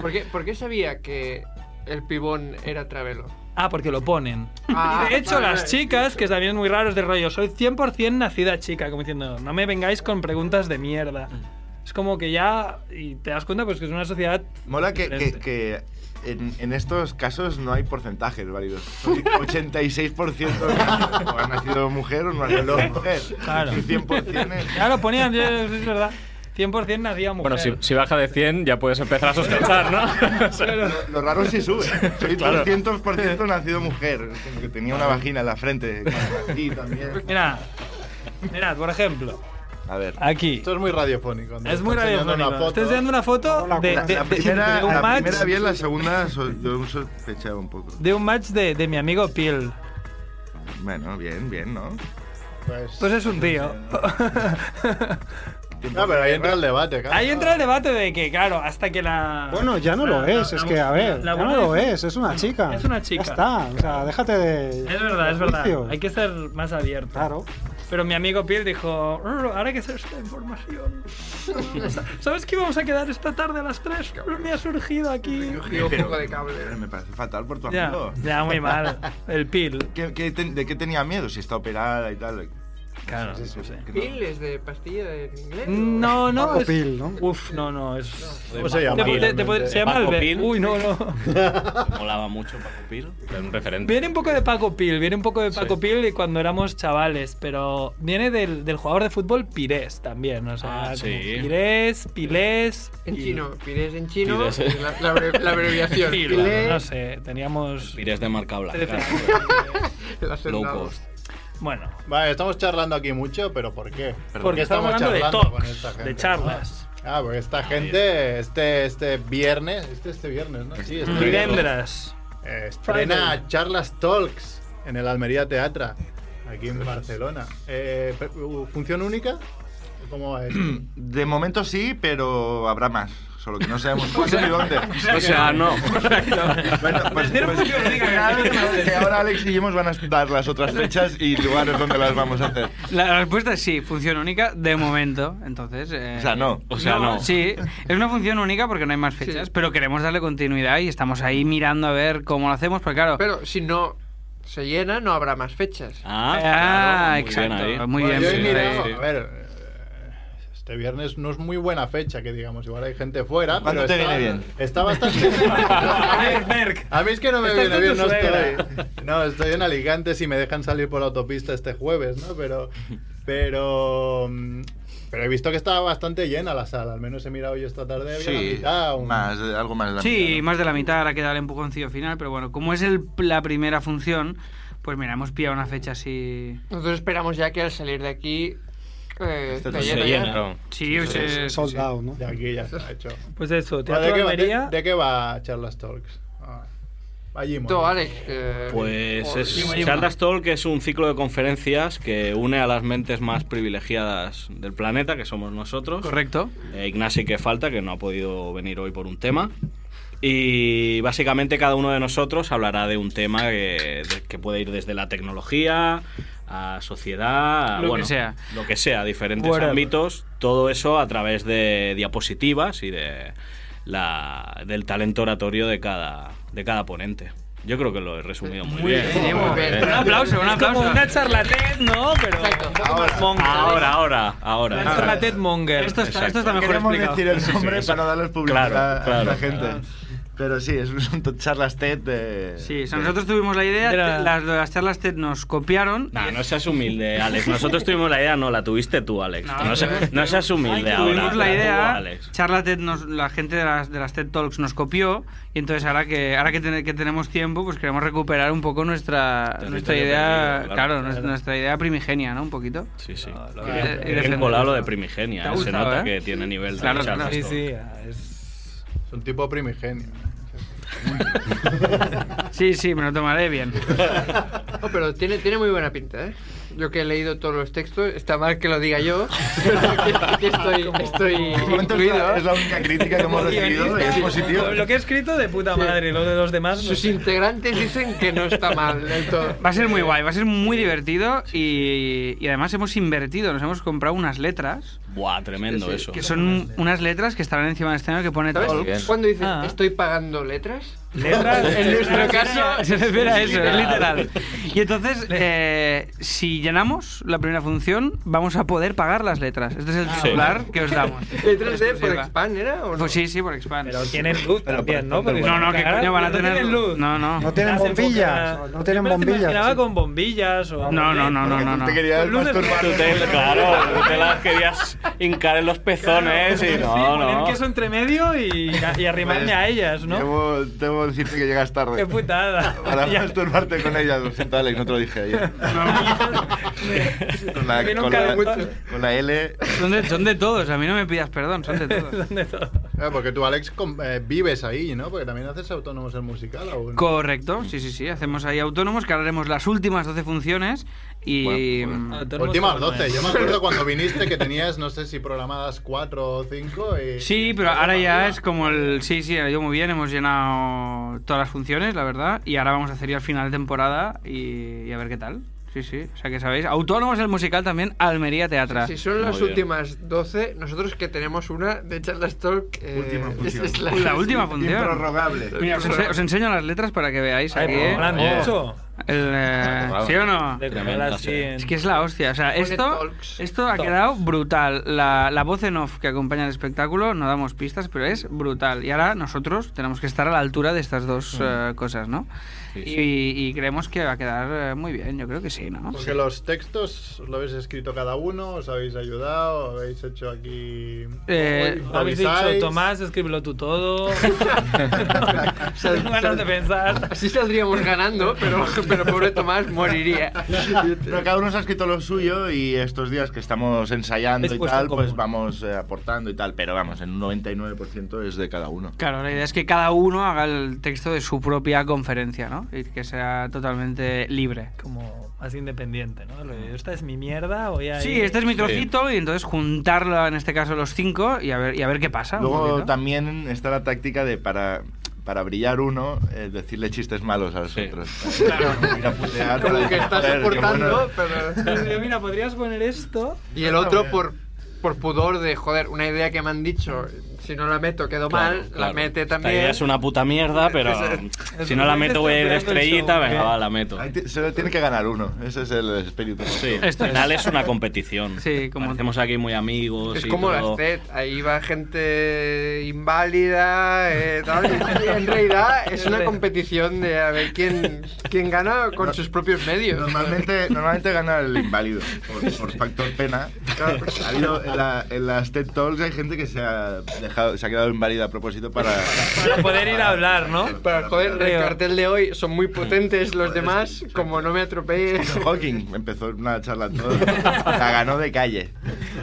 Speaker 7: ¿por qué, por qué sabía que el pibón era Travelo?
Speaker 3: Ah, porque lo ponen.
Speaker 7: Ah,
Speaker 3: Y de hecho,
Speaker 7: vale,
Speaker 3: las
Speaker 7: vale.
Speaker 3: chicas, que también es muy raro, es de rollo, soy 100% nacida chica, como diciendo, no me vengáis con preguntas de mierda. Es como que ya, y te das cuenta, pues que es una sociedad...
Speaker 6: Mola que, que,
Speaker 3: diferente.
Speaker 6: que en, en estos casos no hay porcentajes válidos. Soy 86% o ha nacido mujer o no ha nacido mujer.
Speaker 3: Claro.
Speaker 6: Y 100% es-
Speaker 3: Claro, ponían, es verdad, 100% nacida mujer.
Speaker 10: Bueno, si, si baja de 100 ya puedes empezar a sospechar, ¿no? O sea,
Speaker 6: Lo, lo raro es si sube. Soy 200% nacido mujer. Como que tenía una vagina en la frente. Y también.
Speaker 3: Mira, mirad, por ejemplo,
Speaker 6: A ver.
Speaker 3: aquí.
Speaker 1: esto es muy radiofónico. ¿no?
Speaker 3: Es muy
Speaker 1: Está enseñando
Speaker 3: radiofónico.
Speaker 1: una foto.
Speaker 3: Estoy enseñando una foto de,
Speaker 6: La,
Speaker 3: de-
Speaker 6: la
Speaker 3: de-
Speaker 6: primera,
Speaker 3: de un
Speaker 6: la
Speaker 3: match,
Speaker 6: primera bien, la segunda so- yo sospechaba un poco.
Speaker 3: de, un match de, de mi amigo Pil.
Speaker 6: Bueno, bien, bien, ¿no?
Speaker 1: Pues,
Speaker 3: Pues es un tío.
Speaker 1: No, pero ahí entra el debate, claro.
Speaker 3: Ahí entra el debate de que, claro, hasta que la.
Speaker 5: Bueno, ya no lo
Speaker 3: la-
Speaker 5: es,
Speaker 3: la-
Speaker 5: es
Speaker 3: la-
Speaker 5: que, a ver,
Speaker 3: la
Speaker 5: ya no
Speaker 3: buena
Speaker 5: lo
Speaker 3: defensa-
Speaker 5: es, es una chica.
Speaker 3: Es una chica.
Speaker 5: Ya está, o sea, déjate de.
Speaker 3: Es verdad, es verdad.
Speaker 5: juicios.
Speaker 3: Hay que ser más abierto.
Speaker 5: Claro.
Speaker 3: Pero mi amigo Pierre dijo, "Rrr, ahora que sé esta información. ¿Sabes que íbamos a quedar esta tarde a las 3? Me ha surgido aquí.
Speaker 6: pero me parece fatal por tu
Speaker 3: Ya,
Speaker 6: amigo.
Speaker 3: ya, muy mal. El pil.
Speaker 6: ¿Qué, qué ten- ¿De qué tenía miedo? Si está operada y tal.
Speaker 3: Claro,
Speaker 6: Sí, sí, sí. Que no.
Speaker 7: ¿Pil es de pastilla en inglés?
Speaker 3: No, no.
Speaker 5: Paco
Speaker 3: es-
Speaker 5: Pil, ¿no?
Speaker 3: Uf, no, no. Es...
Speaker 1: ¿Cómo se llama?
Speaker 3: Te- te- te puede- se llama el
Speaker 2: Paco
Speaker 3: be-
Speaker 2: Pil.
Speaker 3: Uy, no, no.
Speaker 2: Molaba mucho Paco Pil. Era un referente.
Speaker 3: Viene un poco de Paco Pil, viene un poco de Paco Pil de cuando éramos chavales, pero viene del, del jugador de fútbol Pirés también, o sea,
Speaker 2: Ah,
Speaker 3: como
Speaker 2: sí.
Speaker 3: Pirés, Pilés...
Speaker 7: En
Speaker 3: Pil-
Speaker 7: chino, Pires en chino,
Speaker 2: Pires, eh.
Speaker 7: la, la abre- la abreviación.
Speaker 3: Pil,
Speaker 7: Pile,
Speaker 3: no sé, teníamos...
Speaker 2: Pires de marca blanca.
Speaker 3: 13.
Speaker 7: el hacendado.
Speaker 2: Low cost.
Speaker 3: Bueno,
Speaker 1: Vale, estamos charlando aquí mucho, pero ¿por qué?
Speaker 3: porque estamos hablando de
Speaker 1: con esta
Speaker 3: talks,
Speaker 1: gente?
Speaker 3: de charlas,
Speaker 1: Ah, porque esta gente, este, este viernes, este, este viernes, ¿no? Sí, este viernes.
Speaker 3: Vivendras.
Speaker 1: eh, estrena Charlas Talks en el Almería Teatra, aquí en Barcelona. Eh, pe- uh, ¿Función única? ¿Cómo va esto?
Speaker 6: De momento sí, pero habrá más. Solo que no sabemos cuándo ni dónde.
Speaker 10: O sea, no.
Speaker 6: Bueno, pues, pues- que ahora Alex y Jimos van a dar las otras fechas y lugares donde las vamos a hacer.
Speaker 4: La respuesta es sí, función única de momento. Entonces. eh,
Speaker 6: O sea, no.
Speaker 10: O sea, no.
Speaker 4: Sí, es una función única porque no hay más fechas, pero queremos darle continuidad y estamos ahí mirando a ver cómo lo hacemos, porque claro.
Speaker 7: Pero si no se llena, no habrá más fechas.
Speaker 10: Ah,
Speaker 4: Ah,
Speaker 10: claro, muy bien
Speaker 4: exacto.
Speaker 10: ahí.
Speaker 4: Muy
Speaker 1: Bueno,
Speaker 4: bien.
Speaker 1: yo he
Speaker 4: sí.
Speaker 1: mirado, a ver, eh, este viernes no es muy buena fecha, que digamos, igual hay gente fuera.
Speaker 6: ¿Cuándo
Speaker 1: pero
Speaker 6: te
Speaker 1: está-
Speaker 6: viene bien?
Speaker 1: Está bastante... A mí es que no me
Speaker 3: Estás
Speaker 1: viene
Speaker 3: con
Speaker 1: bien,
Speaker 3: tu
Speaker 1: no
Speaker 3: suegra.
Speaker 1: estoy. No, estoy en Alicante si me dejan salir por la autopista este jueves, ¿no? Pero. Pero. mm, Pero he visto que estaba bastante llena la sala, al menos he mirado yo esta tarde, había la mitad. un-
Speaker 6: más, eh, algo más de la
Speaker 4: Sí,
Speaker 6: mitad, ¿no?
Speaker 4: más de la mitad, ahora queda el empujoncillo final, pero bueno, como es el- la primera función, pues mira, hemos pillado una fecha así.
Speaker 7: Nosotros esperamos ya que al salir de aquí eh,
Speaker 6: Este
Speaker 7: esté
Speaker 6: se
Speaker 7: lleno
Speaker 2: Se
Speaker 7: ya.
Speaker 2: llena.
Speaker 4: Sí, sí, sí, sí.
Speaker 5: Sold out, ¿no?
Speaker 1: De aquí ya está hecho.
Speaker 3: Pues eso,
Speaker 1: Bueno, Ah, ¿de,
Speaker 3: Teatro
Speaker 1: qué va,
Speaker 3: Almería...
Speaker 1: de- de qué va Charlas Talks? Ah, allí,
Speaker 7: Tú,
Speaker 1: mola.
Speaker 7: Alex. eh,
Speaker 2: Pues
Speaker 7: o-
Speaker 2: es
Speaker 7: Jimmy,
Speaker 2: Charlas Talk que es un ciclo de conferencias que une a las mentes más privilegiadas del planeta, que somos nosotros.
Speaker 4: Correcto.
Speaker 2: Eh, Ignasi que falta, que no ha podido venir hoy por un tema. Y básicamente cada uno de nosotros hablará de un tema que, de- que puede ir desde la tecnología a sociedad, a,
Speaker 4: Lo que
Speaker 2: bueno,
Speaker 4: sea.
Speaker 2: lo que sea, diferentes
Speaker 3: Whatever.
Speaker 2: ámbitos, todo eso a través de diapositivas y de la, del talento oratorio de cada, de cada ponente. Yo creo que lo he resumido muy, bien.
Speaker 7: Sí, muy bien.
Speaker 4: Un aplauso, un
Speaker 3: Es
Speaker 4: aplauso.
Speaker 3: como una charlatán, ¿no? Pero...
Speaker 7: Exacto.
Speaker 6: Ahora,
Speaker 2: Ahora, ahora, ahora.
Speaker 3: Una charlatán monger.
Speaker 4: Esto está, esto está mejor
Speaker 6: queremos
Speaker 4: explicado.
Speaker 6: decir el nombre para no darles publicidad
Speaker 2: Claro,
Speaker 6: a
Speaker 2: claro.
Speaker 6: la gente. Pero sí, es un charlas TED de...
Speaker 4: Sí, o sea, nosotros tuvimos la idea,
Speaker 3: De la-
Speaker 4: te- las, las charlas TED nos copiaron.
Speaker 2: No, no seas humilde, Alex. Nosotros tuvimos la idea, no, la tuviste tú, Alex.
Speaker 4: No,
Speaker 2: No, seas, no seas humilde ahora.
Speaker 4: Tuvimos la
Speaker 2: tuvo
Speaker 4: idea,
Speaker 2: Alex.
Speaker 4: charla TED nos- la gente de las, de las TED Talks nos copió y entonces ahora que ahora que, ten- que tenemos tiempo pues queremos recuperar un poco nuestra
Speaker 2: Territorio
Speaker 4: nuestra idea,
Speaker 2: perdido, claro.
Speaker 4: claro, nuestra- nuestra idea primigenia, ¿no? Un poquito.
Speaker 2: Sí, sí.
Speaker 3: No, lo
Speaker 2: Bien,
Speaker 3: que-
Speaker 2: bien
Speaker 4: defender
Speaker 2: colado lo de
Speaker 4: eso.
Speaker 2: primigenia.
Speaker 4: Te ha
Speaker 2: eh. Se
Speaker 4: gustado,
Speaker 2: nota
Speaker 4: ¿eh?
Speaker 2: que tiene nivel de
Speaker 4: Claro,
Speaker 2: charlas
Speaker 4: claro.
Speaker 3: Sí,
Speaker 2: todo.
Speaker 3: sí, es...
Speaker 1: Es un tipo primigenio.
Speaker 4: Sí, sí, me lo tomaré bien.
Speaker 7: No, pero tiene, tiene muy buena pinta, ¿eh? Yo que he leído todos los textos, está mal que lo diga yo, pero que, que estoy, estoy
Speaker 6: De momento es
Speaker 7: incluido.
Speaker 6: la, es la única crítica que hemos recibido y ¿eh? es positivo.
Speaker 3: Lo, lo que he escrito de puta madre, lo de los demás... no
Speaker 7: Sus
Speaker 3: sé.
Speaker 7: integrantes dicen que no está mal del todo.
Speaker 4: Va a ser muy guay, va a ser muy divertido y, y además hemos invertido, nos hemos comprado unas letras
Speaker 2: Buah, tremendo eso.
Speaker 4: que son unas letras que estarán encima del escenario que pone
Speaker 7: ¿Sabes?
Speaker 4: Talks.
Speaker 7: Cuando dices
Speaker 3: Ah.
Speaker 7: estoy pagando letras,
Speaker 3: Letras,
Speaker 7: En nuestro caso,
Speaker 4: se refiere a eso, es
Speaker 7: literal.
Speaker 4: literal. Y entonces, eh, si llenamos la primera función, vamos a poder pagar las letras. Este es el titular que os damos.
Speaker 7: letras
Speaker 3: Pues,
Speaker 7: de por
Speaker 4: Exclusiva.
Speaker 7: expand era o no?
Speaker 4: Pues sí, sí, por expand.
Speaker 3: Pero tienen luz también, ¿no? Porque
Speaker 4: No, no,
Speaker 3: si
Speaker 4: que
Speaker 3: cagaran,
Speaker 4: coño van a
Speaker 3: no
Speaker 4: tener.
Speaker 3: tienen luz.
Speaker 4: No, no.
Speaker 5: No tienen
Speaker 3: Hacen
Speaker 5: bombillas,
Speaker 3: poca-
Speaker 5: no tienen
Speaker 3: Yo me
Speaker 5: bombillas,
Speaker 3: imaginaba
Speaker 5: sí.
Speaker 3: con bombillas o...
Speaker 4: No, no, no, no,
Speaker 6: Porque
Speaker 4: no.
Speaker 6: tú
Speaker 4: no.
Speaker 6: te querías
Speaker 3: Con luces
Speaker 6: masturbar.
Speaker 2: Tú te- claro, tú te las querías hincar en los pezones y no,
Speaker 3: poner
Speaker 2: no.
Speaker 3: queso entre medio y, y arrimarme
Speaker 6: Pues,
Speaker 3: a ellas, ¿no?
Speaker 6: Debo, debo decirte que llegas tarde.
Speaker 3: Qué putada.
Speaker 6: Para
Speaker 3: Ya-
Speaker 6: masturbarte con ellas, lo siento, Alex, no te lo dije ayer. Con la, con
Speaker 3: Me
Speaker 6: la-
Speaker 3: nunca lo he hecho.
Speaker 6: con la L.
Speaker 4: Son de, son de todos, a mí no me pidas perdón, son de todos.
Speaker 3: ¿Dónde todo?
Speaker 1: Claro, porque tú, Alex, com- eh, vives ahí, ¿no? Porque también haces autónomos el musical. ¿o no?
Speaker 4: Correcto, sí, sí, sí. Hacemos ahí autónomos, que ahora haremos las últimas 12 funciones y...
Speaker 1: pues, Últimas 12. Yo me acuerdo cuando viniste que tenías, no sé si programadas 4 o 5. Y...
Speaker 4: Sí, pero ahora ya es como el... Sí, sí, ha ido muy bien, hemos llenado todas las funciones, la verdad, y ahora vamos a hacer ya el final de temporada y, y a ver qué tal. Sí, sí, o sea que sabéis. Autónomos el musical también, Almería Teatra.
Speaker 7: Si son las últimas 12, nosotros que tenemos una de Charles Talk. eh,
Speaker 4: Última función.
Speaker 7: es
Speaker 4: La última función.
Speaker 6: Improrrogable.
Speaker 4: Mira, os, ense- os enseño las letras para que veáis aquí.
Speaker 6: pues,
Speaker 4: ¿eh?
Speaker 6: grande.
Speaker 4: Oh. El, eh,
Speaker 6: Bravo.
Speaker 4: ¿Sí o no?
Speaker 6: De comer así en-
Speaker 4: Es que es la hostia. O sea,
Speaker 6: Pone
Speaker 4: esto,
Speaker 6: talks.
Speaker 4: esto ha
Speaker 6: Talks.
Speaker 4: quedado brutal. La, la voz en off que acompaña el espectáculo, no damos pistas, pero es brutal. Y ahora nosotros tenemos que estar a la altura de estas dos
Speaker 1: Mm.
Speaker 4: eh, cosas, ¿no?
Speaker 1: Sí, sí.
Speaker 4: Y, y creemos que va a quedar eh, muy bien. Yo creo que sí, ¿no?
Speaker 1: Porque los textos lo habéis escrito cada uno, os habéis ayudado, habéis hecho aquí.
Speaker 4: Eh,
Speaker 1: Os
Speaker 3: Habéis dicho,
Speaker 1: avisáis.
Speaker 3: Tomás, escríbelo tú todo. Tengo ganas de pensar.
Speaker 7: Así saldríamos ganando, pero, pero pobre Tomás moriría.
Speaker 6: Pero cada uno se ha escrito lo suyo y estos días que estamos ensayando
Speaker 7: Es
Speaker 6: y
Speaker 7: puesto
Speaker 6: tal,
Speaker 7: en
Speaker 6: pues vamos eh, aportando y tal. Pero vamos, en un 99% es de cada uno.
Speaker 4: Claro, la idea es que cada uno haga el texto de su propia conferencia, ¿no? Y que sea totalmente libre.
Speaker 3: Como más independiente, ¿no? Lo de, Esta es mi mierda, voy a
Speaker 4: Sí,
Speaker 3: ir-
Speaker 4: este es mi trocito y entonces juntarlo en este caso los cinco y a ver, y a ver qué pasa. un
Speaker 6: Luego
Speaker 4: poquito.
Speaker 6: también está la táctica de para, para brillar uno, eh, decirle chistes malos a los otros. Ir a putear para
Speaker 7: Como que
Speaker 6: decir,
Speaker 7: estás
Speaker 6: "Joder, qué
Speaker 7: soportando,
Speaker 6: bueno".
Speaker 7: pero.
Speaker 3: Digo, Mira, podrías poner esto.
Speaker 7: Y el otro por, por pudor de, joder, una idea que me han dicho, si no la meto quedo
Speaker 2: Claro,
Speaker 7: mal, la
Speaker 2: claro.
Speaker 7: mete
Speaker 2: Esta
Speaker 7: también.
Speaker 2: idea es una puta mierda, pero
Speaker 7: Es- es-
Speaker 2: si no la
Speaker 7: es-
Speaker 2: meto voy a ir de
Speaker 7: estropeando el
Speaker 2: estrellita,
Speaker 7: show,
Speaker 2: venga,
Speaker 7: ¿eh?
Speaker 2: va, la meto.
Speaker 6: Ahí ti- Solo tiene que ganar uno, ese es el espíritu.
Speaker 2: Sí, al final es una competición.
Speaker 4: Sí,
Speaker 2: como hacemos aquí muy amigos.
Speaker 7: Es
Speaker 2: y
Speaker 7: como
Speaker 2: todo.
Speaker 7: las TED, ahí va gente inválida, eh, tal, y en realidad es una competición de a ver quién, quién gana con sus propios medios.
Speaker 6: Normalmente, normalmente gana el inválido, por, por factor pena. Claro, ha habido- en, la- en las TED Talks hay gente que se ha, dejado, se ha quedado inválida a propósito para...
Speaker 3: Para poder ir a hablar, ¿no?
Speaker 7: Para joder, el
Speaker 3: Creo.
Speaker 7: cartel de hoy son muy potentes los demás, como no me atropelles.
Speaker 6: Hawking empezó una charla toda. La ganó de calle.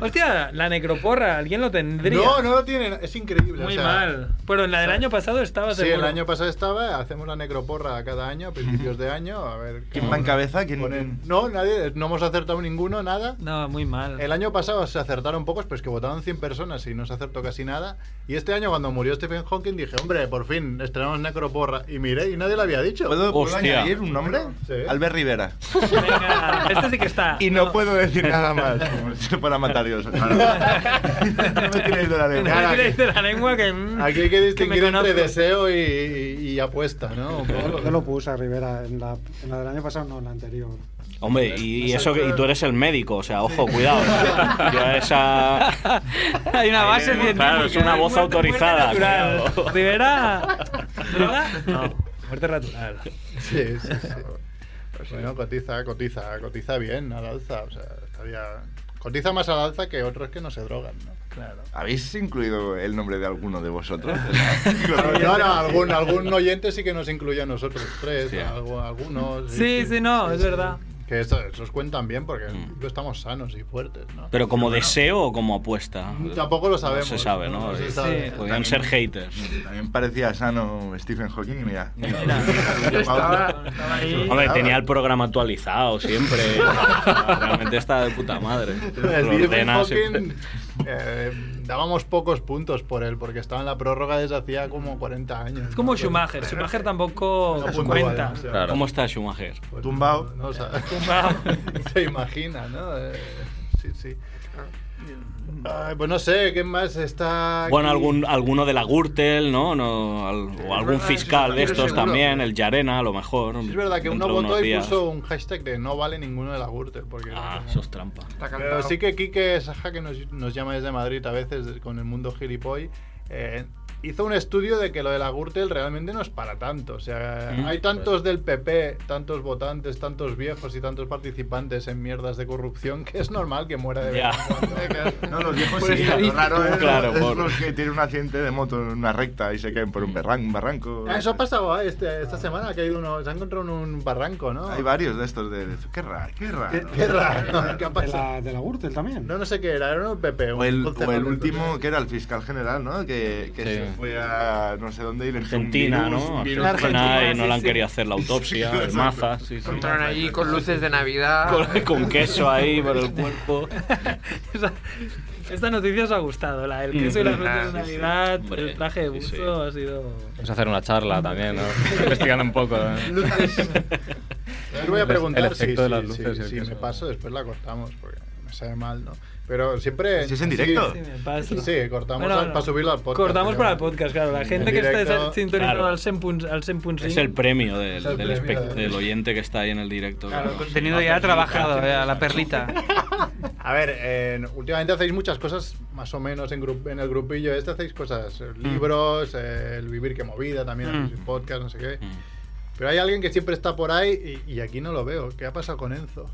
Speaker 3: Hostia, la necroporra, alguien lo tendría.
Speaker 1: No, no lo tienen, es increíble.
Speaker 3: Muy
Speaker 1: o sea,
Speaker 3: mal. Pero en la del
Speaker 1: o sea,
Speaker 3: año pasado estaba
Speaker 1: Sí,
Speaker 3: seguro.
Speaker 1: el año pasado estaba, hacemos la necroporra cada año, a principios de año, a ver...
Speaker 6: ¿Quién va en cabeza? ¿Quién
Speaker 1: No, nadie, no hemos acertado ninguno, nada.
Speaker 3: No, muy mal.
Speaker 1: El año pasado se acertaron pocos, pues que votaron 100 personas y no se acertó casi nada. Y este año, cuando murió Stephen Hawking, dije, hombre, por fin, estrenamos necroporra. Y miré y nadie lo había dicho.
Speaker 6: ¿Puedo, ¿puedo añadir un nombre? Albert Rivera.
Speaker 3: Este sí que está.
Speaker 6: Y no, puedo decir nada más. Como si fuera a matar yo. No me tiréis de la
Speaker 3: No
Speaker 6: lengua.
Speaker 3: me tiréis de la lengua que. mm,
Speaker 1: Aquí hay que distinguir
Speaker 3: me
Speaker 1: entre
Speaker 3: conozco.
Speaker 1: deseo y, y- y apuesta, ¿no? Un poco.
Speaker 5: Yo lo puse a Rivera en la, en la del año pasado, no, en la anterior.
Speaker 2: Hombre, y, y eso que, y tú eres el médico, o sea, ojo, cuidado. Yo a esa...
Speaker 4: Hay una
Speaker 2: base científica. Claro, es una voz autorizada.
Speaker 3: Natural.
Speaker 2: claro.
Speaker 3: Rivera. ¿Droga? No. Muerte natural.
Speaker 1: Sí, sí, sí. Bueno, cotiza, cotiza, cotiza bien al alza. O sea, estaría... Cotiza más al alza que otros que no se drogan, ¿no?
Speaker 3: Claro.
Speaker 6: ¿Habéis incluido el nombre de alguno de vosotros?
Speaker 1: No, no, algún, algún oyente sí que nos incluye a nosotros tres, algo- algunos.
Speaker 3: Sí, sí, no, es verdad.
Speaker 1: Que eso, esos cuentan bien porque
Speaker 2: Mm.
Speaker 1: estamos sanos y fuertes, ¿no?
Speaker 2: Pero como deseo o como apuesta.
Speaker 1: Tampoco lo sabemos.
Speaker 2: No se sabe, ¿no?
Speaker 1: No se sabe. Sí.
Speaker 2: Podrían ser haters.
Speaker 6: También parecía sano Stephen Hawking y mira.
Speaker 2: Hombre, tenía el programa actualizado siempre. Realmente está de puta madre.
Speaker 1: El
Speaker 2: Lo
Speaker 1: Stephen
Speaker 2: ordena siempre.
Speaker 1: Hawking eh, dábamos pocos puntos por él porque estaba en la prórroga desde hacía como 40 años.
Speaker 3: Es como Schumacher. Schumacher tampoco
Speaker 1: No
Speaker 3: cuenta.
Speaker 1: puntúa
Speaker 2: Claro. ¿Cómo está Schumacher?
Speaker 1: Pues
Speaker 6: Tumbao.
Speaker 1: No, o sea,
Speaker 3: Tumbao.
Speaker 1: se imagina, ¿no? Eh, sí, sí. Ay, pues no sé, ¿qué más está?
Speaker 2: Bueno,
Speaker 1: aquí?
Speaker 2: algún, alguno de la Gürtel, ¿no? no al- o algún
Speaker 1: verdad,
Speaker 2: fiscal
Speaker 1: sí,
Speaker 2: de
Speaker 1: pero
Speaker 2: estos
Speaker 1: seguro.
Speaker 2: también, el Yarena, a lo mejor.
Speaker 1: Sí, es verdad que uno
Speaker 2: dentro de unos
Speaker 1: votó y
Speaker 2: días.
Speaker 1: puso un hashtag de no vale ninguno de la Gürtel. Porque
Speaker 2: Ah, sos trampa.
Speaker 1: Pero sí que Quique Saja, que nos, nos llama desde Madrid a veces de- con el mundo gilipoy, eh, hizo un estudio de que lo de la Gürtel realmente no es para tanto. O sea,
Speaker 6: Mm.
Speaker 1: hay tantos del PP, tantos votantes, tantos viejos y tantos participantes en mierdas de corrupción que es normal que muera de vez
Speaker 2: Ya.
Speaker 1: en cuando. ¿eh? pues
Speaker 6: No, los viejos
Speaker 2: Por
Speaker 6: sí. Lo raro es,
Speaker 2: Claro,
Speaker 6: es
Speaker 2: por-
Speaker 6: los que tienen un accidente de moto en una recta y se caen por un, berran- un barranco.
Speaker 1: Ah, Eso ha pasado ¿eh? Este- esta semana, que ha ido uno, se ha encontrado en un barranco, ¿no?
Speaker 6: Hay varios de estos de... de- Qué raro, qué raro.
Speaker 1: Qué, qué raro, ¿qué ha
Speaker 5: De
Speaker 1: pasado?
Speaker 5: la, de la Gürtel también.
Speaker 1: No, no sé qué era, era un PP.
Speaker 6: O
Speaker 1: un
Speaker 6: el,
Speaker 1: concejal
Speaker 6: o el
Speaker 1: del PP.
Speaker 6: último, que era el fiscal general, ¿no? Que,
Speaker 10: Sí.
Speaker 6: que se fue a no sé dónde y le entró un
Speaker 2: Argentina,
Speaker 6: virus,
Speaker 2: ¿no?
Speaker 6: un virus
Speaker 2: Argentina y
Speaker 6: cualquiera.
Speaker 2: no le han querido hacer la autopsia, el maza, sí, sí.
Speaker 7: Entraron allí con luces de Navidad.
Speaker 2: Con, con queso ahí por el cuerpo.
Speaker 3: Esa- Esta noticia os ha gustado, la del queso y las luces de
Speaker 7: Ah, sí, sí.
Speaker 3: Navidad,
Speaker 2: Hombre,
Speaker 3: el traje de
Speaker 2: Mm. sí,
Speaker 3: buzo
Speaker 2: sí.
Speaker 3: ha sido...
Speaker 10: Vamos a hacer una charla también, ¿no? Investigando un poco. ¿eh?
Speaker 1: Yo le voy a
Speaker 10: El-
Speaker 1: preguntar
Speaker 10: el efecto
Speaker 1: si,
Speaker 10: de las
Speaker 1: si-
Speaker 10: luces y el
Speaker 1: si- si
Speaker 10: queso.
Speaker 1: me paso, después la cortamos, porque me sabe mal, ¿no? Pero siempre...
Speaker 6: Si es en directo.
Speaker 1: sí,
Speaker 3: Sí, me pasa.
Speaker 1: Sí, cortamos
Speaker 3: Bueno,
Speaker 1: al-
Speaker 3: no.
Speaker 1: para subirlo al podcast.
Speaker 3: Cortamos
Speaker 1: pero-
Speaker 3: para el podcast, claro. La gente que
Speaker 1: directo,
Speaker 3: está sintonizando
Speaker 2: claro.
Speaker 3: al 100.5 al 100.5,
Speaker 2: Es el premio del,
Speaker 1: Es el
Speaker 2: del
Speaker 1: premio
Speaker 2: espect-
Speaker 1: de-
Speaker 2: del oyente que está ahí en el directo.
Speaker 1: Claro,
Speaker 2: claro.
Speaker 4: Contenido ya trabajado, eh, a la perlita.
Speaker 1: A ver, eh, últimamente hacéis muchas cosas, más o menos en, grup- en el grupillo este hacéis cosas, eh, libros, eh, el vivir que movida, también
Speaker 4: Mm.
Speaker 1: hacéis podcast, no sé qué.
Speaker 2: Mm.
Speaker 1: Pero hay alguien que siempre está por ahí y, y aquí no lo veo. ¿Qué ha pasado con Enzo?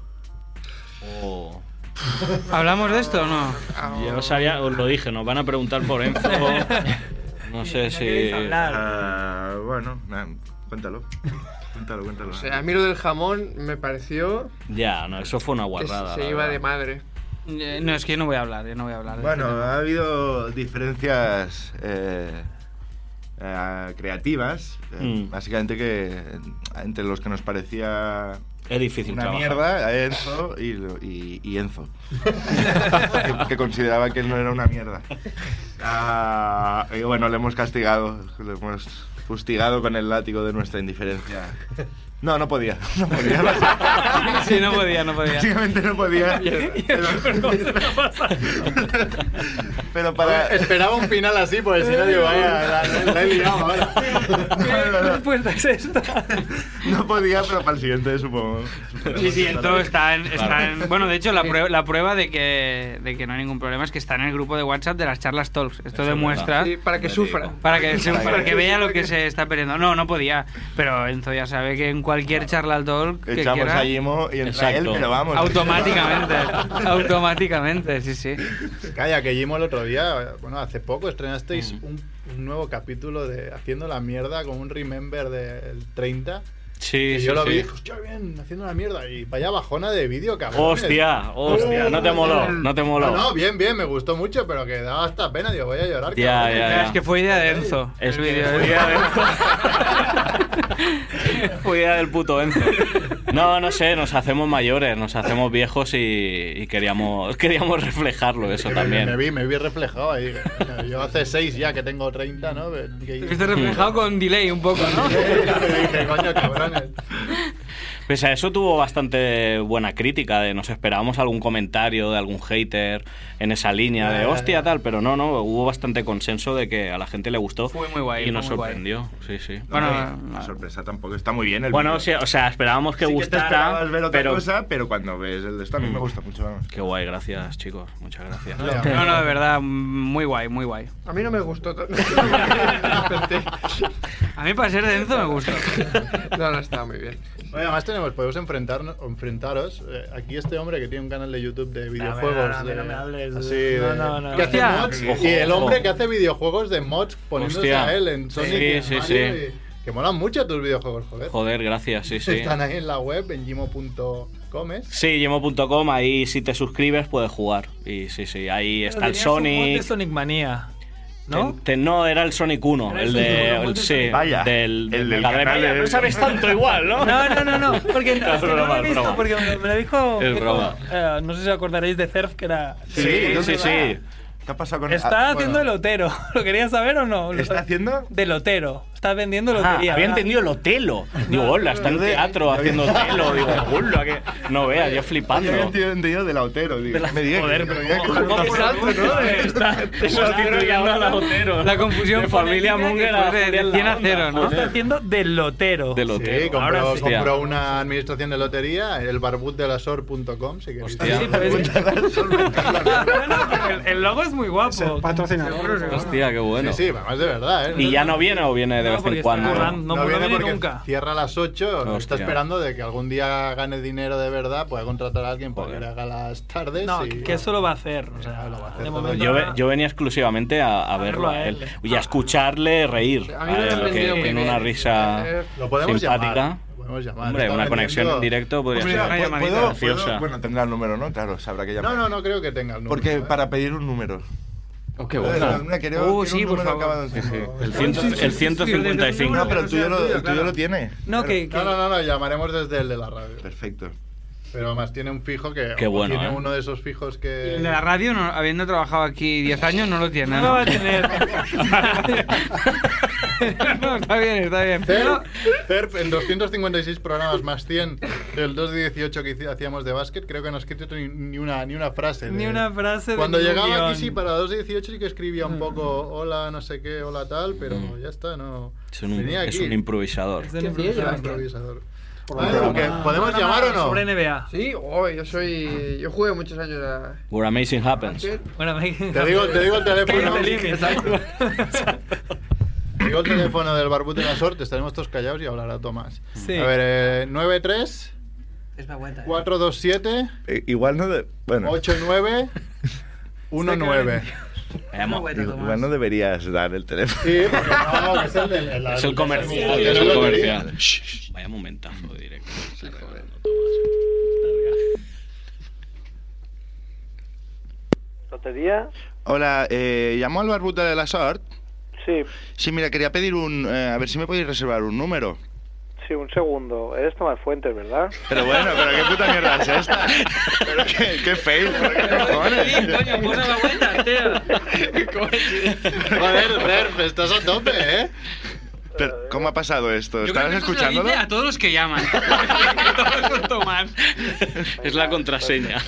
Speaker 2: Oh.
Speaker 4: ¿Hablamos de esto o no?
Speaker 2: Yo sabía, os lo dije, nos van a preguntar por Enzo. No sé
Speaker 3: no
Speaker 2: si.
Speaker 3: queréis hablar.
Speaker 6: Ah, bueno, na- cuéntalo. Cuéntalo, cuéntalo.
Speaker 7: O sea, a mí lo del jamón me pareció
Speaker 2: Ya, no, eso fue una
Speaker 7: que
Speaker 2: guarrada.
Speaker 7: se
Speaker 2: la
Speaker 7: iba
Speaker 2: verdad.
Speaker 7: de madre.
Speaker 4: Eh, No, es que yo no voy a hablar, yo no voy a hablar. de
Speaker 6: Bueno, ah,
Speaker 4: este tema.
Speaker 6: ha habido diferencias eh, eh, creativas, eh,
Speaker 2: Mm.
Speaker 6: básicamente que eh, entre los que nos parecía
Speaker 2: Es difícil
Speaker 6: una
Speaker 2: trabajar.
Speaker 6: mierda a Enzo y, lo- y- y Enzo, que, que consideraba que él no era una mierda. Ah, y bueno, le hemos castigado, le hemos fustigado con el látigo de nuestra indiferencia. No, no podía, no podía.
Speaker 4: Sí, no podía, no podía.
Speaker 6: Básicamente no podía. Pero para.
Speaker 1: Esperaba un final así, porque si no digo, vaya, la, la- la he liado ahora.
Speaker 3: ¿Qué respuesta es esta?
Speaker 6: No podía, pero para el siguiente, supongo.
Speaker 4: Sí, sí, todo está en, está
Speaker 2: Claro.
Speaker 4: en- Bueno, de hecho, la, prue- la prueba de que, de que no hay ningún problema es que está en el grupo de WhatsApp de las charlas Talks. Esto
Speaker 2: Eso es
Speaker 4: demuestra...
Speaker 7: Sí, para que
Speaker 2: Hombre,
Speaker 7: sufra.
Speaker 2: digo.
Speaker 4: Para que, se-
Speaker 6: Para
Speaker 4: para
Speaker 6: que-
Speaker 4: que vea lo que se está perdiendo. No, no podía. Pero Enzo ya sabe que en cualquier charla Talk que
Speaker 6: Echamos
Speaker 4: quiera,
Speaker 6: a Jimo y entra él,
Speaker 2: Exacto.
Speaker 6: pero vamos.
Speaker 4: automáticamente, automáticamente, sí, sí.
Speaker 1: Calla, que Jimo el otro día, bueno, hace poco estrenasteis
Speaker 2: Mm.
Speaker 1: un, un nuevo capítulo de Haciendo la Mierda con un Remember del 30.
Speaker 2: Sí,
Speaker 1: Y
Speaker 2: sí,
Speaker 1: yo lo
Speaker 2: sí.
Speaker 1: vi, hostia, bien, haciendo la mierda. Y vaya bajona de vídeo, cabrón. eh.
Speaker 2: Hostia, hostia, no te moló, no te moló.
Speaker 1: No, no, bien, bien, me gustó mucho, pero que daba hasta pena. Digo, voy a llorar.
Speaker 2: Ya,
Speaker 1: cabrón.
Speaker 2: ya,
Speaker 4: Es que fue idea de Enzo.
Speaker 2: Es
Speaker 4: el
Speaker 2: que
Speaker 4: vídeo.
Speaker 2: fue idea de Enzo. Fue idea del puto Enzo. No, no sé, nos hacemos mayores, nos hacemos viejos y, y queríamos, queríamos reflejarlo eso
Speaker 1: Que me- Me,
Speaker 2: también.
Speaker 1: vi, me vi reflejado ahí. Coño, Yo hace seis ya que tengo 30, ¿no? Que-
Speaker 4: Te viste reflejado con delay un poco, ¿no?
Speaker 1: que dije, coño, cabrones.
Speaker 2: Pese a eso tuvo bastante buena crítica, de nos esperábamos algún comentario de algún hater en esa línea
Speaker 1: Ya,
Speaker 2: de
Speaker 1: ya,
Speaker 2: hostia
Speaker 1: ya.
Speaker 2: tal, pero no, no, hubo bastante consenso de que a la gente le gustó
Speaker 4: Fue muy guay,
Speaker 2: y nos
Speaker 4: fue muy guay.
Speaker 2: sorprendió, sí, sí.
Speaker 6: Bueno,
Speaker 4: Bueno,
Speaker 6: la sorpresa tampoco está muy bien. El
Speaker 2: Bueno,
Speaker 6: vídeo.
Speaker 2: sí, o sea, esperábamos que
Speaker 6: Sí te
Speaker 2: gustara,
Speaker 6: esperabas ver otra
Speaker 2: pero...
Speaker 6: cosa, pero cuando ves el de esto, a mí me gusta mucho. vamos.
Speaker 2: Qué guay, gracias chicos, muchas gracias.
Speaker 4: No, no, de verdad, muy guay, muy guay.
Speaker 7: A mí no me gustó tanto.
Speaker 4: A mí para ser de Enzo me gustó.
Speaker 7: no, no estaba muy bien.
Speaker 1: Bueno, además tenemos, podemos enfrentarnos, enfrentaros. eh, aquí este hombre que tiene un canal de YouTube de videojuegos.
Speaker 3: no, no,
Speaker 1: de-
Speaker 3: no me hables de-
Speaker 1: así de-
Speaker 3: no, no, no.
Speaker 1: que hace
Speaker 4: Hostia.
Speaker 1: mods,
Speaker 2: Ojo,
Speaker 1: y el
Speaker 2: ojo.
Speaker 1: hombre que hace videojuegos de mods poniéndose
Speaker 2: Hostia.
Speaker 1: a él en Sonic.
Speaker 2: Sí,
Speaker 1: y en
Speaker 2: sí,
Speaker 1: Mario
Speaker 2: sí.
Speaker 1: y- que molan mucho tus videojuegos, joder.
Speaker 2: Joder, gracias, sí, sí.
Speaker 1: Están ahí en la web, en gimo.comes.
Speaker 2: Sí, yemo.com, ahí si te suscribes puedes jugar. Y sí, sí, ahí está el
Speaker 3: Tenías un mod de
Speaker 2: Sonic.
Speaker 3: Sonic Manía,
Speaker 2: ¿No?
Speaker 3: ¿no?
Speaker 2: no, era el Sonic 1,
Speaker 3: Era el
Speaker 2: el
Speaker 3: Sonic
Speaker 2: de.
Speaker 3: 1,
Speaker 2: el-
Speaker 3: mod de
Speaker 2: sí,
Speaker 3: Sonic.
Speaker 6: Vaya,
Speaker 2: del,
Speaker 6: el
Speaker 2: del
Speaker 6: del
Speaker 2: Mega
Speaker 6: canal
Speaker 2: Drive.
Speaker 6: de-
Speaker 2: No sabes tanto igual, ¿no?
Speaker 3: No, no, no, no, porque
Speaker 2: Claro,
Speaker 3: es que no lo he
Speaker 2: broma,
Speaker 3: visto,
Speaker 2: broma.
Speaker 3: porque me me lo dijo...
Speaker 2: Es
Speaker 3: dijo,
Speaker 2: broma.
Speaker 3: eh, no sé si os acordaréis de Cerf, que era...
Speaker 2: Sí,
Speaker 6: ¿no?
Speaker 2: sí, sí.
Speaker 6: ¿Qué ha pasado con ah,
Speaker 3: Está haciendo
Speaker 6: bueno.
Speaker 3: el lotero, ¿lo querías saber o no?
Speaker 6: ¿Está haciendo?
Speaker 3: De lotero, o Estás vendiendo
Speaker 2: Ah,
Speaker 3: lotería.
Speaker 2: había
Speaker 3: ¿verdad?
Speaker 2: entendido el Otelo. Digo, hola, está en teatro haciendo Otelo. Digo, hola, que... No veas, yo flipando.
Speaker 6: Yo había entendido del Lautero, digo. Me diga que-
Speaker 2: Joder, pero
Speaker 6: me diga que-
Speaker 2: ¿cómo?
Speaker 6: que-
Speaker 2: Está- Te sustituyendo al Otero.
Speaker 4: La confusión
Speaker 2: De familia
Speaker 4: fonética
Speaker 2: Munger
Speaker 4: que
Speaker 2: a
Speaker 4: fue de-
Speaker 2: Julián
Speaker 4: de 100 a
Speaker 2: Labanda,
Speaker 4: cero, ¿no?
Speaker 2: joder.
Speaker 3: Está haciendo del lotero.
Speaker 10: Del Otero.
Speaker 1: Sí, compró,
Speaker 2: Ahora sí.
Speaker 1: compró una administración de lotería, el barbutdelasor.com, si queréis.
Speaker 2: Hostia.
Speaker 3: Sí, pero es- Bueno, pero el, el logo es muy
Speaker 5: Es
Speaker 3: guapo.
Speaker 5: el patrocinador.
Speaker 10: Hostia, qué bueno.
Speaker 1: Sí, sí, además de verdad, ¿eh?
Speaker 2: ¿Y ya no viene o viene de
Speaker 3: No,
Speaker 2: vez
Speaker 3: porque
Speaker 2: en
Speaker 3: está
Speaker 2: cuando?
Speaker 3: currando. No, no
Speaker 1: viene
Speaker 3: viene
Speaker 1: porque
Speaker 3: nunca.
Speaker 1: Cierra a las 8, está
Speaker 10: Hostia.
Speaker 1: esperando de que algún día gane dinero de verdad, pueda contratar a alguien para que le haga las tardes.
Speaker 3: No,
Speaker 1: y-
Speaker 3: que eso lo va a hacer. O sea,
Speaker 1: lo va a hacer
Speaker 3: de
Speaker 1: todo.
Speaker 3: momento
Speaker 2: Yo, ve-
Speaker 3: ahora-
Speaker 2: yo venía exclusivamente a, a verlo a él y a escucharle reír.
Speaker 7: A mí me
Speaker 2: a él,
Speaker 7: lo has vendido
Speaker 2: que
Speaker 7: muy
Speaker 2: tiene
Speaker 7: bien.
Speaker 2: una risa
Speaker 7: Eh,
Speaker 1: Lo podemos
Speaker 2: simpática.
Speaker 1: llamar. Lo podemos llamar.
Speaker 2: Hombre,
Speaker 1: Está
Speaker 2: una conexión en
Speaker 1: vendiendo-
Speaker 2: directo podría
Speaker 6: Hombre,
Speaker 2: ser.
Speaker 6: ¿puedo-
Speaker 4: llamadita
Speaker 6: puedo-
Speaker 2: graciosa.
Speaker 6: puedo- Bueno, tendrá el número, ¿no? Claro, sabrá que llamar.
Speaker 1: No, no, no creo que tenga el número.
Speaker 6: Porque
Speaker 1: ¿eh?
Speaker 6: para pedir un número.
Speaker 10: Oh, qué
Speaker 6: Entonces,
Speaker 10: bueno.
Speaker 6: una, creo,
Speaker 4: Uh,
Speaker 6: quiero
Speaker 4: sí,
Speaker 6: un
Speaker 4: por
Speaker 6: número
Speaker 4: favor.
Speaker 6: acabado en
Speaker 10: Sí, sí.
Speaker 6: cinco.
Speaker 10: El, ciento- el 155.
Speaker 6: No, pero el tuyo, lo, el tuyo
Speaker 4: claro.
Speaker 6: lo tiene.
Speaker 3: No, que, que-
Speaker 1: No, no, no, no, llamaremos desde el de la radio.
Speaker 6: Perfecto.
Speaker 1: Pero además tiene un fijo que.
Speaker 10: Qué bueno,
Speaker 1: Tiene
Speaker 10: ¿eh?
Speaker 1: uno de esos fijos que.
Speaker 4: El de la radio, no- habiendo trabajado aquí 10 años, no lo tiene.
Speaker 3: no lo va a tener.
Speaker 4: no, está bien, está bien.
Speaker 1: Cerp, Cerp, en 256 programas más 100 del 2 de 18 que hici- hacíamos de básquet, creo que no ha escrito ni, ni una, ni una frase. de-
Speaker 3: Ni una frase de
Speaker 1: Cuando
Speaker 3: ningún
Speaker 1: llegaba
Speaker 3: guión. Mm.
Speaker 1: aquí sí, para 2 de 18 sí que escribía un poco hola, no sé qué, hola tal, pero ya está, no...
Speaker 2: Es un,
Speaker 1: Venía
Speaker 2: es
Speaker 1: aquí.
Speaker 2: un improvisador.
Speaker 3: Es de improvisación.
Speaker 1: Era improvisador.
Speaker 3: Ah,
Speaker 5: Por
Speaker 1: Vale,
Speaker 5: lo
Speaker 1: aunque-
Speaker 5: menos.
Speaker 1: ¿Podemos
Speaker 3: No, no,
Speaker 1: llamar o no?
Speaker 3: Sobre NBA.
Speaker 7: Sí, oh, yo soy. Yo jugué muchos años a.
Speaker 2: Where Amazing Happens.
Speaker 3: Bueno, me...
Speaker 1: Te digo, te digo el teléfono.
Speaker 3: te eligen.
Speaker 1: te digo el teléfono del Barbut de la Sorte, estaremos todos callados y hablará Tomás.
Speaker 3: Sí.
Speaker 1: A ver, eh, 93
Speaker 4: Es mi cuenta.
Speaker 1: 427
Speaker 6: Eh, igual no. de- bueno,
Speaker 1: 89 19.
Speaker 2: Vamos.
Speaker 6: igual no deberías dar el teléfono.
Speaker 1: Sí, porque no, es el, del- el-
Speaker 2: Es el
Speaker 1: el-
Speaker 2: comercial. Es
Speaker 1: el-
Speaker 2: el
Speaker 1: el-
Speaker 2: comercial. Shh, Vaya momentazo de directo. Está regalando Tomás.
Speaker 11: ¿Lotería?
Speaker 6: Hola, eh, llamo al barbuta de la sort.
Speaker 11: Sí,
Speaker 6: Sí, mira, quería pedir un. eh, a ver si me podéis reservar un número.
Speaker 11: sí, un segundo. Eres Tomás Fuentes, ¿verdad?
Speaker 6: Pero bueno, pero qué puta mierda es esta. Pero qué, qué fail, pero qué cojones.
Speaker 11: pues,
Speaker 4: Coño, posa la vuelta, tío.
Speaker 1: Joder, Berf, estás a pues, tope, ¿eh?
Speaker 6: Pero, ¿Cómo ha pasado esto?
Speaker 4: Yo creo
Speaker 6: ¿Estabas
Speaker 4: que esto se lo
Speaker 6: escuchándolo?
Speaker 4: dice a todos los que llaman. todos son Tomás.
Speaker 2: Es la contraseña.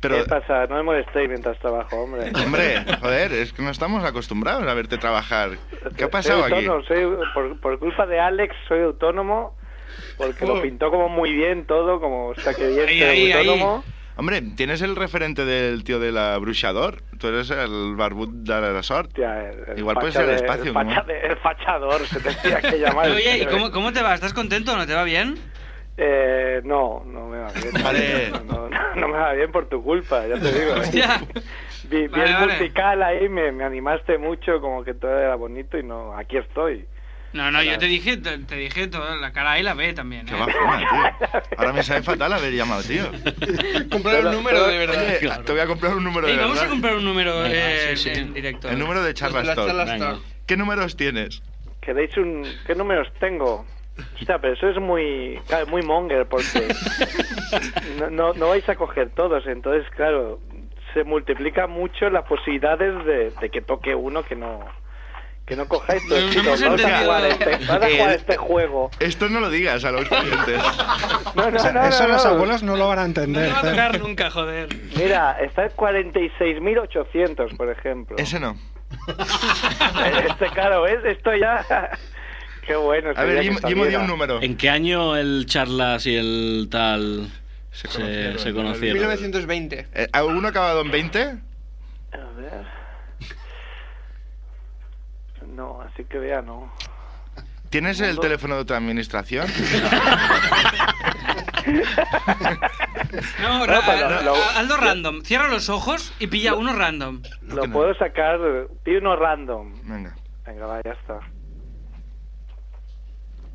Speaker 6: Pero,
Speaker 11: ¿Qué pasa? No me molestéis mientras trabajo, hombre.
Speaker 6: hombre, joder, es que no estamos acostumbrados a verte trabajar. ¿Qué ha pasado
Speaker 11: soy
Speaker 6: aquí?
Speaker 11: autónomo, soy- por, por culpa de Alex soy autónomo, porque
Speaker 6: Oh.
Speaker 11: lo pintó como muy bien todo, como o sea que bien
Speaker 4: Ahí,
Speaker 11: ser
Speaker 4: ahí, ahí.
Speaker 11: este, autónomo.
Speaker 6: Hombre, ¿tienes el referente del tío de la bruxador? Tú eres el barbut de la sort.
Speaker 11: Hostia, el- el
Speaker 6: Igual puede
Speaker 11: facha
Speaker 6: ser
Speaker 11: de-
Speaker 6: despacio,
Speaker 11: El,
Speaker 6: ¿no?
Speaker 11: facha de- el fachador se tendría que llamar.
Speaker 4: Oye, ¿y cómo, cómo te va? ¿Estás contento? ¿No te va bien?
Speaker 11: Eh, no, no me va bien.
Speaker 6: Vale.
Speaker 11: No, no- no me va bien por tu culpa, ya te digo. ¿eh?
Speaker 4: Hostia.
Speaker 11: Vi, vi
Speaker 4: Vale,
Speaker 11: el
Speaker 4: vale.
Speaker 11: musical ahí, me, me animaste mucho, como que todo era bonito y no, aquí estoy.
Speaker 4: No, no, yo te dije, te, te dije todo, la cara A y la B también.
Speaker 6: Qué
Speaker 4: ¿eh?
Speaker 6: bajona, tío. Ahora me sabe fatal haber llamado, tío.
Speaker 7: Comprar un número de
Speaker 6: Oye,
Speaker 7: verdad.
Speaker 6: Te voy a comprar un número de
Speaker 4: Ey, vamos
Speaker 6: verdad.
Speaker 4: a comprar un número
Speaker 2: Venga,
Speaker 4: eh,
Speaker 2: sí, sí.
Speaker 4: en directo.
Speaker 6: El número de charlas
Speaker 7: Las
Speaker 6: Talk.
Speaker 7: charlas
Speaker 2: Venga.
Speaker 7: Talk.
Speaker 6: ¿Qué números tienes?
Speaker 11: ¿Queréis un... ¿Qué números tengo? Hostia, pero eso es muy... claro, muy monger, porque no, no, no vais a coger todos, entonces, claro, se multiplica mucho las posibilidades de, de que toque uno que no... Que no cojáis todos,
Speaker 4: No, no
Speaker 11: chicos.
Speaker 4: hemos
Speaker 11: Vamos a jugar a
Speaker 4: entendido.
Speaker 11: este, vamos a jugar a este juego.
Speaker 6: Esto no lo digas a los clientes.
Speaker 11: No, no,
Speaker 5: O sea,
Speaker 11: no,
Speaker 5: eso
Speaker 11: no,
Speaker 5: los
Speaker 11: no.
Speaker 5: abuelos no lo van a
Speaker 3: No
Speaker 5: entender.
Speaker 3: te va a
Speaker 5: Cerp.
Speaker 3: tocar nunca, joder.
Speaker 11: Mira, está en 46.800, por ejemplo.
Speaker 6: Ese no.
Speaker 11: Este, claro, ¿ves? Esto ya... Qué bueno.
Speaker 6: A
Speaker 11: sería
Speaker 6: ver,
Speaker 11: que
Speaker 6: Jim, Jim, di
Speaker 11: saliera.
Speaker 6: un número.
Speaker 2: ¿En qué año el Charlas y el tal se
Speaker 3: Eh,
Speaker 2: conocieron? Se, conocieron?
Speaker 7: 1920.
Speaker 6: Eh, ¿Alguno acabado en 20?
Speaker 11: A ver. No, así que vea, no.
Speaker 6: ¿Tienes el teléfono de tu administración?
Speaker 4: No,
Speaker 11: No,
Speaker 4: ra-
Speaker 11: pero
Speaker 4: a-
Speaker 11: pues, lo-
Speaker 4: a- hazlo random. Cierra los ojos y pilla uno random.
Speaker 11: Lo
Speaker 6: que no.
Speaker 11: puedo sacar. Pide uno random.
Speaker 6: Venga.
Speaker 11: Venga, va, ya está. Ya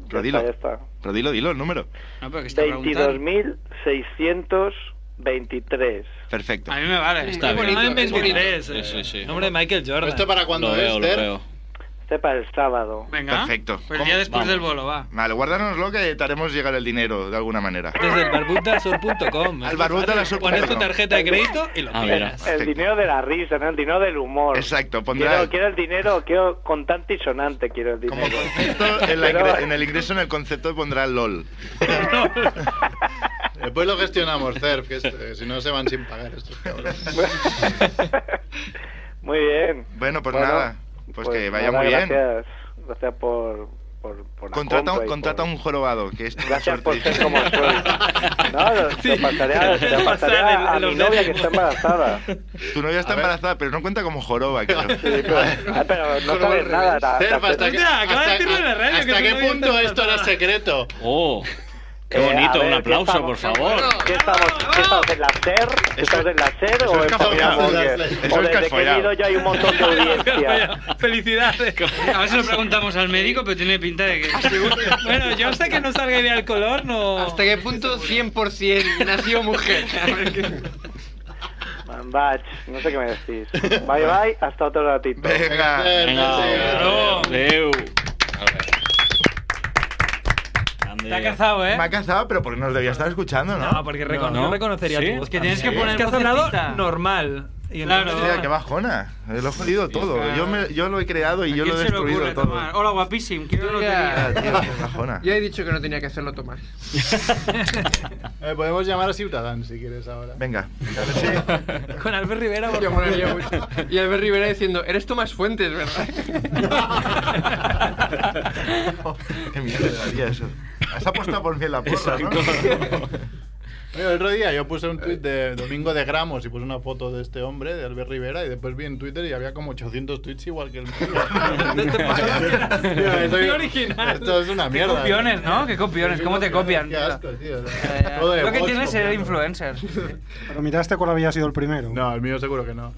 Speaker 6: Pero dilo.
Speaker 11: está, ya está.
Speaker 6: Pero dilo, dilo el número.
Speaker 4: No, pero que está preguntando.
Speaker 11: 22.623.
Speaker 6: Perfecto.
Speaker 4: A mí me vale.
Speaker 2: Está
Speaker 4: Qué
Speaker 2: bien.
Speaker 4: bonito,
Speaker 3: No en
Speaker 4: es bonito.
Speaker 3: 23.
Speaker 2: Sí, sí, sí.
Speaker 3: Hombre, Michael Jordan.
Speaker 1: ¿Esto para cuándo
Speaker 2: Lo
Speaker 1: es,
Speaker 2: veo, lo
Speaker 1: Ter?
Speaker 2: veo.
Speaker 11: esté para el sábado.
Speaker 4: Venga.
Speaker 6: Perfecto.
Speaker 4: Pues ya después del bolo, va.
Speaker 6: Vale, guardárnoslo que te haremos llegar el dinero de alguna manera.
Speaker 12: Desde el barbutasur.com.
Speaker 6: Al barbutasur.com.
Speaker 12: Pones tu tarjeta de crédito y lo
Speaker 6: Ah, mira.
Speaker 12: tiras.
Speaker 6: Perfecto.
Speaker 11: El dinero de la risa, ¿no? El dinero del humor.
Speaker 6: Exacto, pondrá
Speaker 11: Quiero, quiero el dinero, quiero contante y sonante, quiero el dinero.
Speaker 6: esto en, la
Speaker 11: eh,
Speaker 6: ingre- en el ingreso en el concepto pondrá LOL.
Speaker 1: Después lo gestionamos, CERF, que, es- que si no se van sin pagar estos cabrones.
Speaker 11: Muy bien.
Speaker 6: Bueno, pues
Speaker 11: Bueno,
Speaker 6: nada. Pues, que vaya
Speaker 11: nada,
Speaker 6: muy bien.
Speaker 11: Gracias, gracias por, por, por la
Speaker 6: Contrata,
Speaker 11: compra
Speaker 6: un,
Speaker 11: y
Speaker 6: contrata un jorobado, que esto
Speaker 11: Gracias por ser como soy. No, lo- lo pasaré a, lo pasaré a, a mi novia que está embarazada.
Speaker 6: Tu novia está embarazada, pero no cuenta como joroba, creo.
Speaker 11: Ah, pero no sabes nada. la-
Speaker 1: CERF,
Speaker 11: la-
Speaker 1: hasta, que,
Speaker 11: Mira, acaba
Speaker 1: hasta-
Speaker 11: de decirlo en la radio que
Speaker 1: hasta
Speaker 11: tu
Speaker 1: qué
Speaker 11: novia
Speaker 1: punto esto era secreto.
Speaker 2: ¡Oh! ¡Qué
Speaker 11: Eh, a
Speaker 2: bonito!
Speaker 11: ver,
Speaker 2: un
Speaker 11: ¿qué
Speaker 2: aplauso,
Speaker 11: estamos-
Speaker 2: por favor.
Speaker 11: ¿Qué estamos, qué estamos en la SER? ¿Qué ¿Estamos en la SER
Speaker 2: eso
Speaker 11: o
Speaker 2: es
Speaker 11: en
Speaker 2: que has
Speaker 11: Familia
Speaker 2: follado.
Speaker 11: Monger? O
Speaker 2: Eso es que has
Speaker 11: desde que he
Speaker 2: follado.
Speaker 11: ido ya hay un montón de audiencia.
Speaker 3: Felicidades.
Speaker 4: A ver si lo preguntamos al médico, pero tiene pinta de que.
Speaker 3: Bueno, yo hasta que no salga y vea el color, no. ¿Hasta
Speaker 7: qué punto 100% nació mujer? A ver qué-
Speaker 11: Man, Bach, no sé qué me decís. Bye bye, hasta otro ratito.
Speaker 6: Venga.
Speaker 2: Venga, Adeu.
Speaker 6: Te
Speaker 3: ha cazado, ¿eh?
Speaker 6: Me ha cazado, pero porque nos debía estar escuchando, ¿no? Ah,
Speaker 3: No, porque recono- yo reconocería tu voz.
Speaker 6: Es
Speaker 3: también. Es que has hablado normal. Y entonces-
Speaker 6: Hostia, qué bajona. Eh, Lo he jodido todo. Yo, me- yo lo he creado y yo lo he
Speaker 4: se le ocurre
Speaker 6: destruido todo.
Speaker 4: tomar? Hola, guapísimo. Quiero
Speaker 6: Ah, tío,
Speaker 4: lotería.
Speaker 6: qué bajona.
Speaker 7: Ya he dicho que no tenía que hacerlo tomar.
Speaker 1: Eh, podemos llamar a Ciutadán si quieres ahora.
Speaker 6: Venga.
Speaker 3: Con Albert Rivera, por
Speaker 7: Yo
Speaker 3: favor.
Speaker 7: molaría mucho. Y Albert Rivera diciendo, eres Tomás Fuentes, ¿verdad?
Speaker 6: Qué mierda haría eso. Has apostado por mí en la porra, ¿no?
Speaker 1: Oye, el otro día yo puse un tuit de Domingo de Gramos y puse una foto de este hombre, de Albert Rivera, y después vi en Twitter y había como 800 tweets igual que el mío. Tío,
Speaker 4: Qué
Speaker 1: soy-
Speaker 4: este original.
Speaker 1: Esto es una
Speaker 4: Qué
Speaker 1: mierda.
Speaker 4: copiones, ¿no? Qué copiones,
Speaker 1: Sí,
Speaker 4: cómo te copian. Eh,
Speaker 1: Qué asco, tío. Todo de
Speaker 4: Lo que
Speaker 1: bots
Speaker 4: tiene es ser
Speaker 1: copiando.
Speaker 4: influencer.
Speaker 5: Pero miraste cuál había sido el primero.
Speaker 1: No, el mío seguro que no.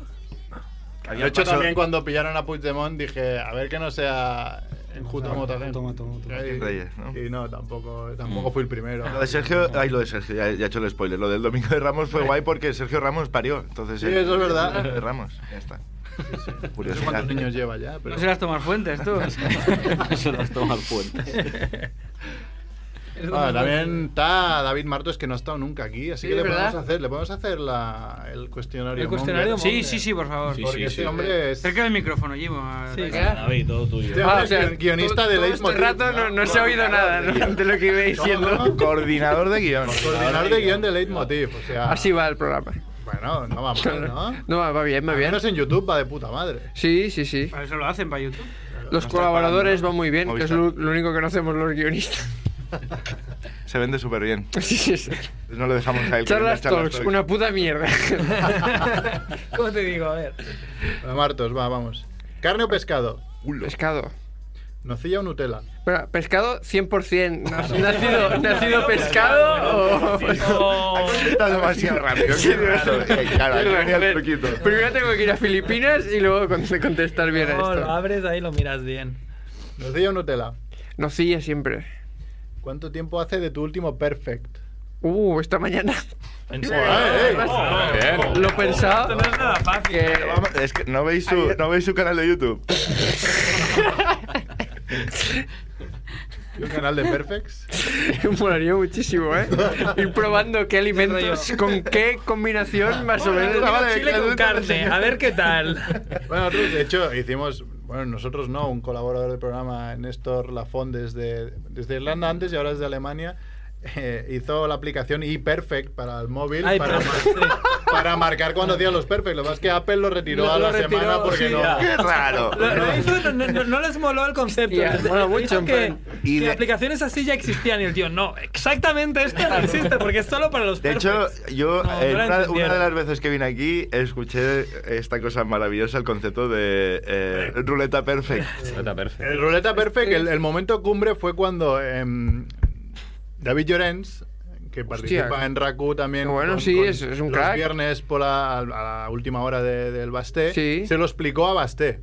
Speaker 1: De hecho, también cuando pillaron a Puigdemont dije, a ver que no sea en Jutamota.
Speaker 6: Reyes, ¿no?
Speaker 1: Y no, tampoco, tampoco fui el primero.
Speaker 6: Lo de Sergio, ay, lo de Sergio, ya, ya he hecho el spoiler. Lo del domingo de Ramos fue guay porque Sergio Ramos parió. Entonces,
Speaker 1: Sí,
Speaker 6: eh,
Speaker 1: eso es verdad.
Speaker 6: Domingo de Ramos, ya está.
Speaker 1: No sé
Speaker 6: Curiosidad.
Speaker 1: cuántos niños lleva ya, pero...
Speaker 4: No serás Tomás Fuentes, tú.
Speaker 2: No serás Tomás Fuentes.
Speaker 1: Ah, también está David Martos, que no ha estado nunca aquí, así
Speaker 4: Sí,
Speaker 1: que le
Speaker 4: ¿verdad?
Speaker 1: podemos hacer, le podemos hacer la, el cuestionario.
Speaker 4: ¿El cuestionario
Speaker 1: Monger.
Speaker 4: Sí, sí, sí, por favor.
Speaker 1: Porque este hombre es
Speaker 4: Cerca del micrófono, Jimo.
Speaker 1: Sí,
Speaker 2: David, todo tuyo.
Speaker 1: Este hombre es guion- guionista de
Speaker 7: Ah, Todo este
Speaker 1: Leitmotiv.
Speaker 7: rato no, no se ha oído nada ¿no? de lo que iba diciendo.
Speaker 6: Coordinador de guión.
Speaker 1: Coordinador de guión de Leitmotiv. O sea,
Speaker 7: Así va el programa.
Speaker 1: bueno, no va mal, ¿no?
Speaker 7: No, va bien, va
Speaker 1: Al
Speaker 7: bien.
Speaker 1: menos en YouTube va de puta madre.
Speaker 7: Sí, sí, sí.
Speaker 4: Para eso lo hacen para YouTube.
Speaker 7: Los colaboradores van muy bien, que es lo, lo único que no hacemos los guionistas.
Speaker 6: Se vende súper bien.
Speaker 7: Sí, sí, sí.
Speaker 6: No lo dejamos a él. con
Speaker 7: Charlas
Speaker 6: las
Speaker 7: Talks,
Speaker 6: Talks.
Speaker 7: una puta mierda.
Speaker 3: ¿Cómo te digo? A ver.
Speaker 1: Bueno, Martos, va, vamos. ¿Carne o pescado?
Speaker 7: Pescado.
Speaker 1: ¿Nocilla o Nutella?
Speaker 7: Pero, pescado 100%. Nac- ¿Nacido, nacido pescado o.?
Speaker 6: Está demasiado rápido. Qué raro. Eh, Claro, ahí venía el truquito.
Speaker 7: Primero tengo que ir a Filipinas y luego con- contestar bien a
Speaker 3: No, lo
Speaker 7: esto.
Speaker 3: abres ahí y lo miras bien.
Speaker 1: ¿Nocilla o Nutella?
Speaker 7: Nocilla siempre.
Speaker 1: ¿Cuánto tiempo hace de tu último perfect?
Speaker 7: Uh, esta mañana.
Speaker 1: Eh, eh.
Speaker 6: Bien.
Speaker 7: Lo he pensado.
Speaker 3: No es nada fácil.
Speaker 7: que-
Speaker 6: Vamos, Es que no veis su, no veis su canal de YouTube.
Speaker 1: ¿Y un canal de perfects?
Speaker 7: Me molaría muchísimo, ¿eh? Ir probando qué alimentos, con qué combinación más o menos.
Speaker 1: Ah, vale,
Speaker 3: Chile
Speaker 1: claro,
Speaker 3: con carne, a ver qué tal.
Speaker 1: Bueno, Ruth, de hecho, hicimos, bueno, nosotros no, un colaborador del programa, Néstor Lafón, desde, desde Irlanda antes y ahora desde Alemania, eh, hizo la aplicación ePerfect para el móvil
Speaker 3: Ay,
Speaker 1: para,
Speaker 3: pero-
Speaker 1: mar-
Speaker 3: sí.
Speaker 1: para marcar cuando hacían los perfects. Lo que pasa es que Apple lo retiró
Speaker 3: Lo-
Speaker 1: a
Speaker 3: lo
Speaker 1: la
Speaker 3: retiró,
Speaker 1: semana porque
Speaker 3: sí,
Speaker 1: no.
Speaker 3: ya.
Speaker 6: Qué raro.
Speaker 3: Lo- lo hizo- no, no- no les moló el concepto.
Speaker 7: Hostia,
Speaker 3: Les-
Speaker 7: mola
Speaker 3: les
Speaker 7: mucho,
Speaker 3: dijo
Speaker 7: en
Speaker 3: que,
Speaker 7: plan.
Speaker 6: Y
Speaker 3: que
Speaker 6: de-
Speaker 3: aplicaciones así ya existían. Y el tío, no, exactamente esta no existe porque es solo para los
Speaker 6: De hecho,
Speaker 3: perfects.
Speaker 6: yo
Speaker 3: No, no
Speaker 6: eh,
Speaker 3: la
Speaker 6: una,
Speaker 3: entendieron.
Speaker 6: una de las veces que vine aquí escuché esta cosa maravillosa, el concepto de eh, ruleta perfect.
Speaker 10: Está perfecto.
Speaker 1: El
Speaker 7: Este
Speaker 1: ruleta perfect, el, el momento cumbre fue cuando em, David Llorens, que participa en Raku también.
Speaker 7: Bueno, sí, es- es un
Speaker 1: los
Speaker 7: crack.
Speaker 1: viernes por la, a la última hora de- del Basté,
Speaker 7: Sí.
Speaker 1: se lo explicó a Basté.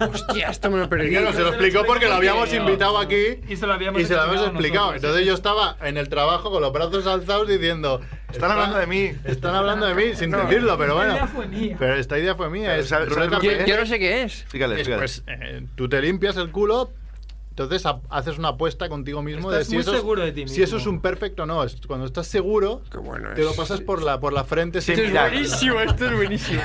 Speaker 1: Hostia, esto me lo
Speaker 7: perdí.
Speaker 1: Claro, se lo explicó porque lo habíamos invitado aquí
Speaker 3: y se lo habíamos,
Speaker 1: y se lo habíamos explicado.
Speaker 3: nosotros,
Speaker 1: Entonces yo estaba en el trabajo con los brazos alzados diciendo... Están
Speaker 6: hablando de mí.
Speaker 1: Están hablando de mí, sin
Speaker 6: No.
Speaker 1: decirlo, pero
Speaker 6: Esta
Speaker 1: bueno.
Speaker 6: idea
Speaker 3: fue mía.
Speaker 1: Pero esta idea fue mía.
Speaker 6: Pero
Speaker 1: es
Speaker 6: ¿sabes-
Speaker 1: ruleta
Speaker 6: sabes lo que
Speaker 1: rusa.
Speaker 6: es? Yo no
Speaker 13: sé qué es.
Speaker 6: Explícale, explícale.
Speaker 1: Pues eh, tú te limpias el culo, entonces ha- haces una apuesta contigo mismo
Speaker 3: Estás
Speaker 1: de si
Speaker 3: muy
Speaker 1: eso, es-
Speaker 3: seguro de ti
Speaker 1: si
Speaker 3: mismo.
Speaker 1: eso es un perfecto o no. Es- Cuando estás seguro, te
Speaker 3: es.
Speaker 1: lo pasas por la, por la frente sin
Speaker 3: Esto es
Speaker 1: mirar.
Speaker 3: buenísimo, esto es buenísimo.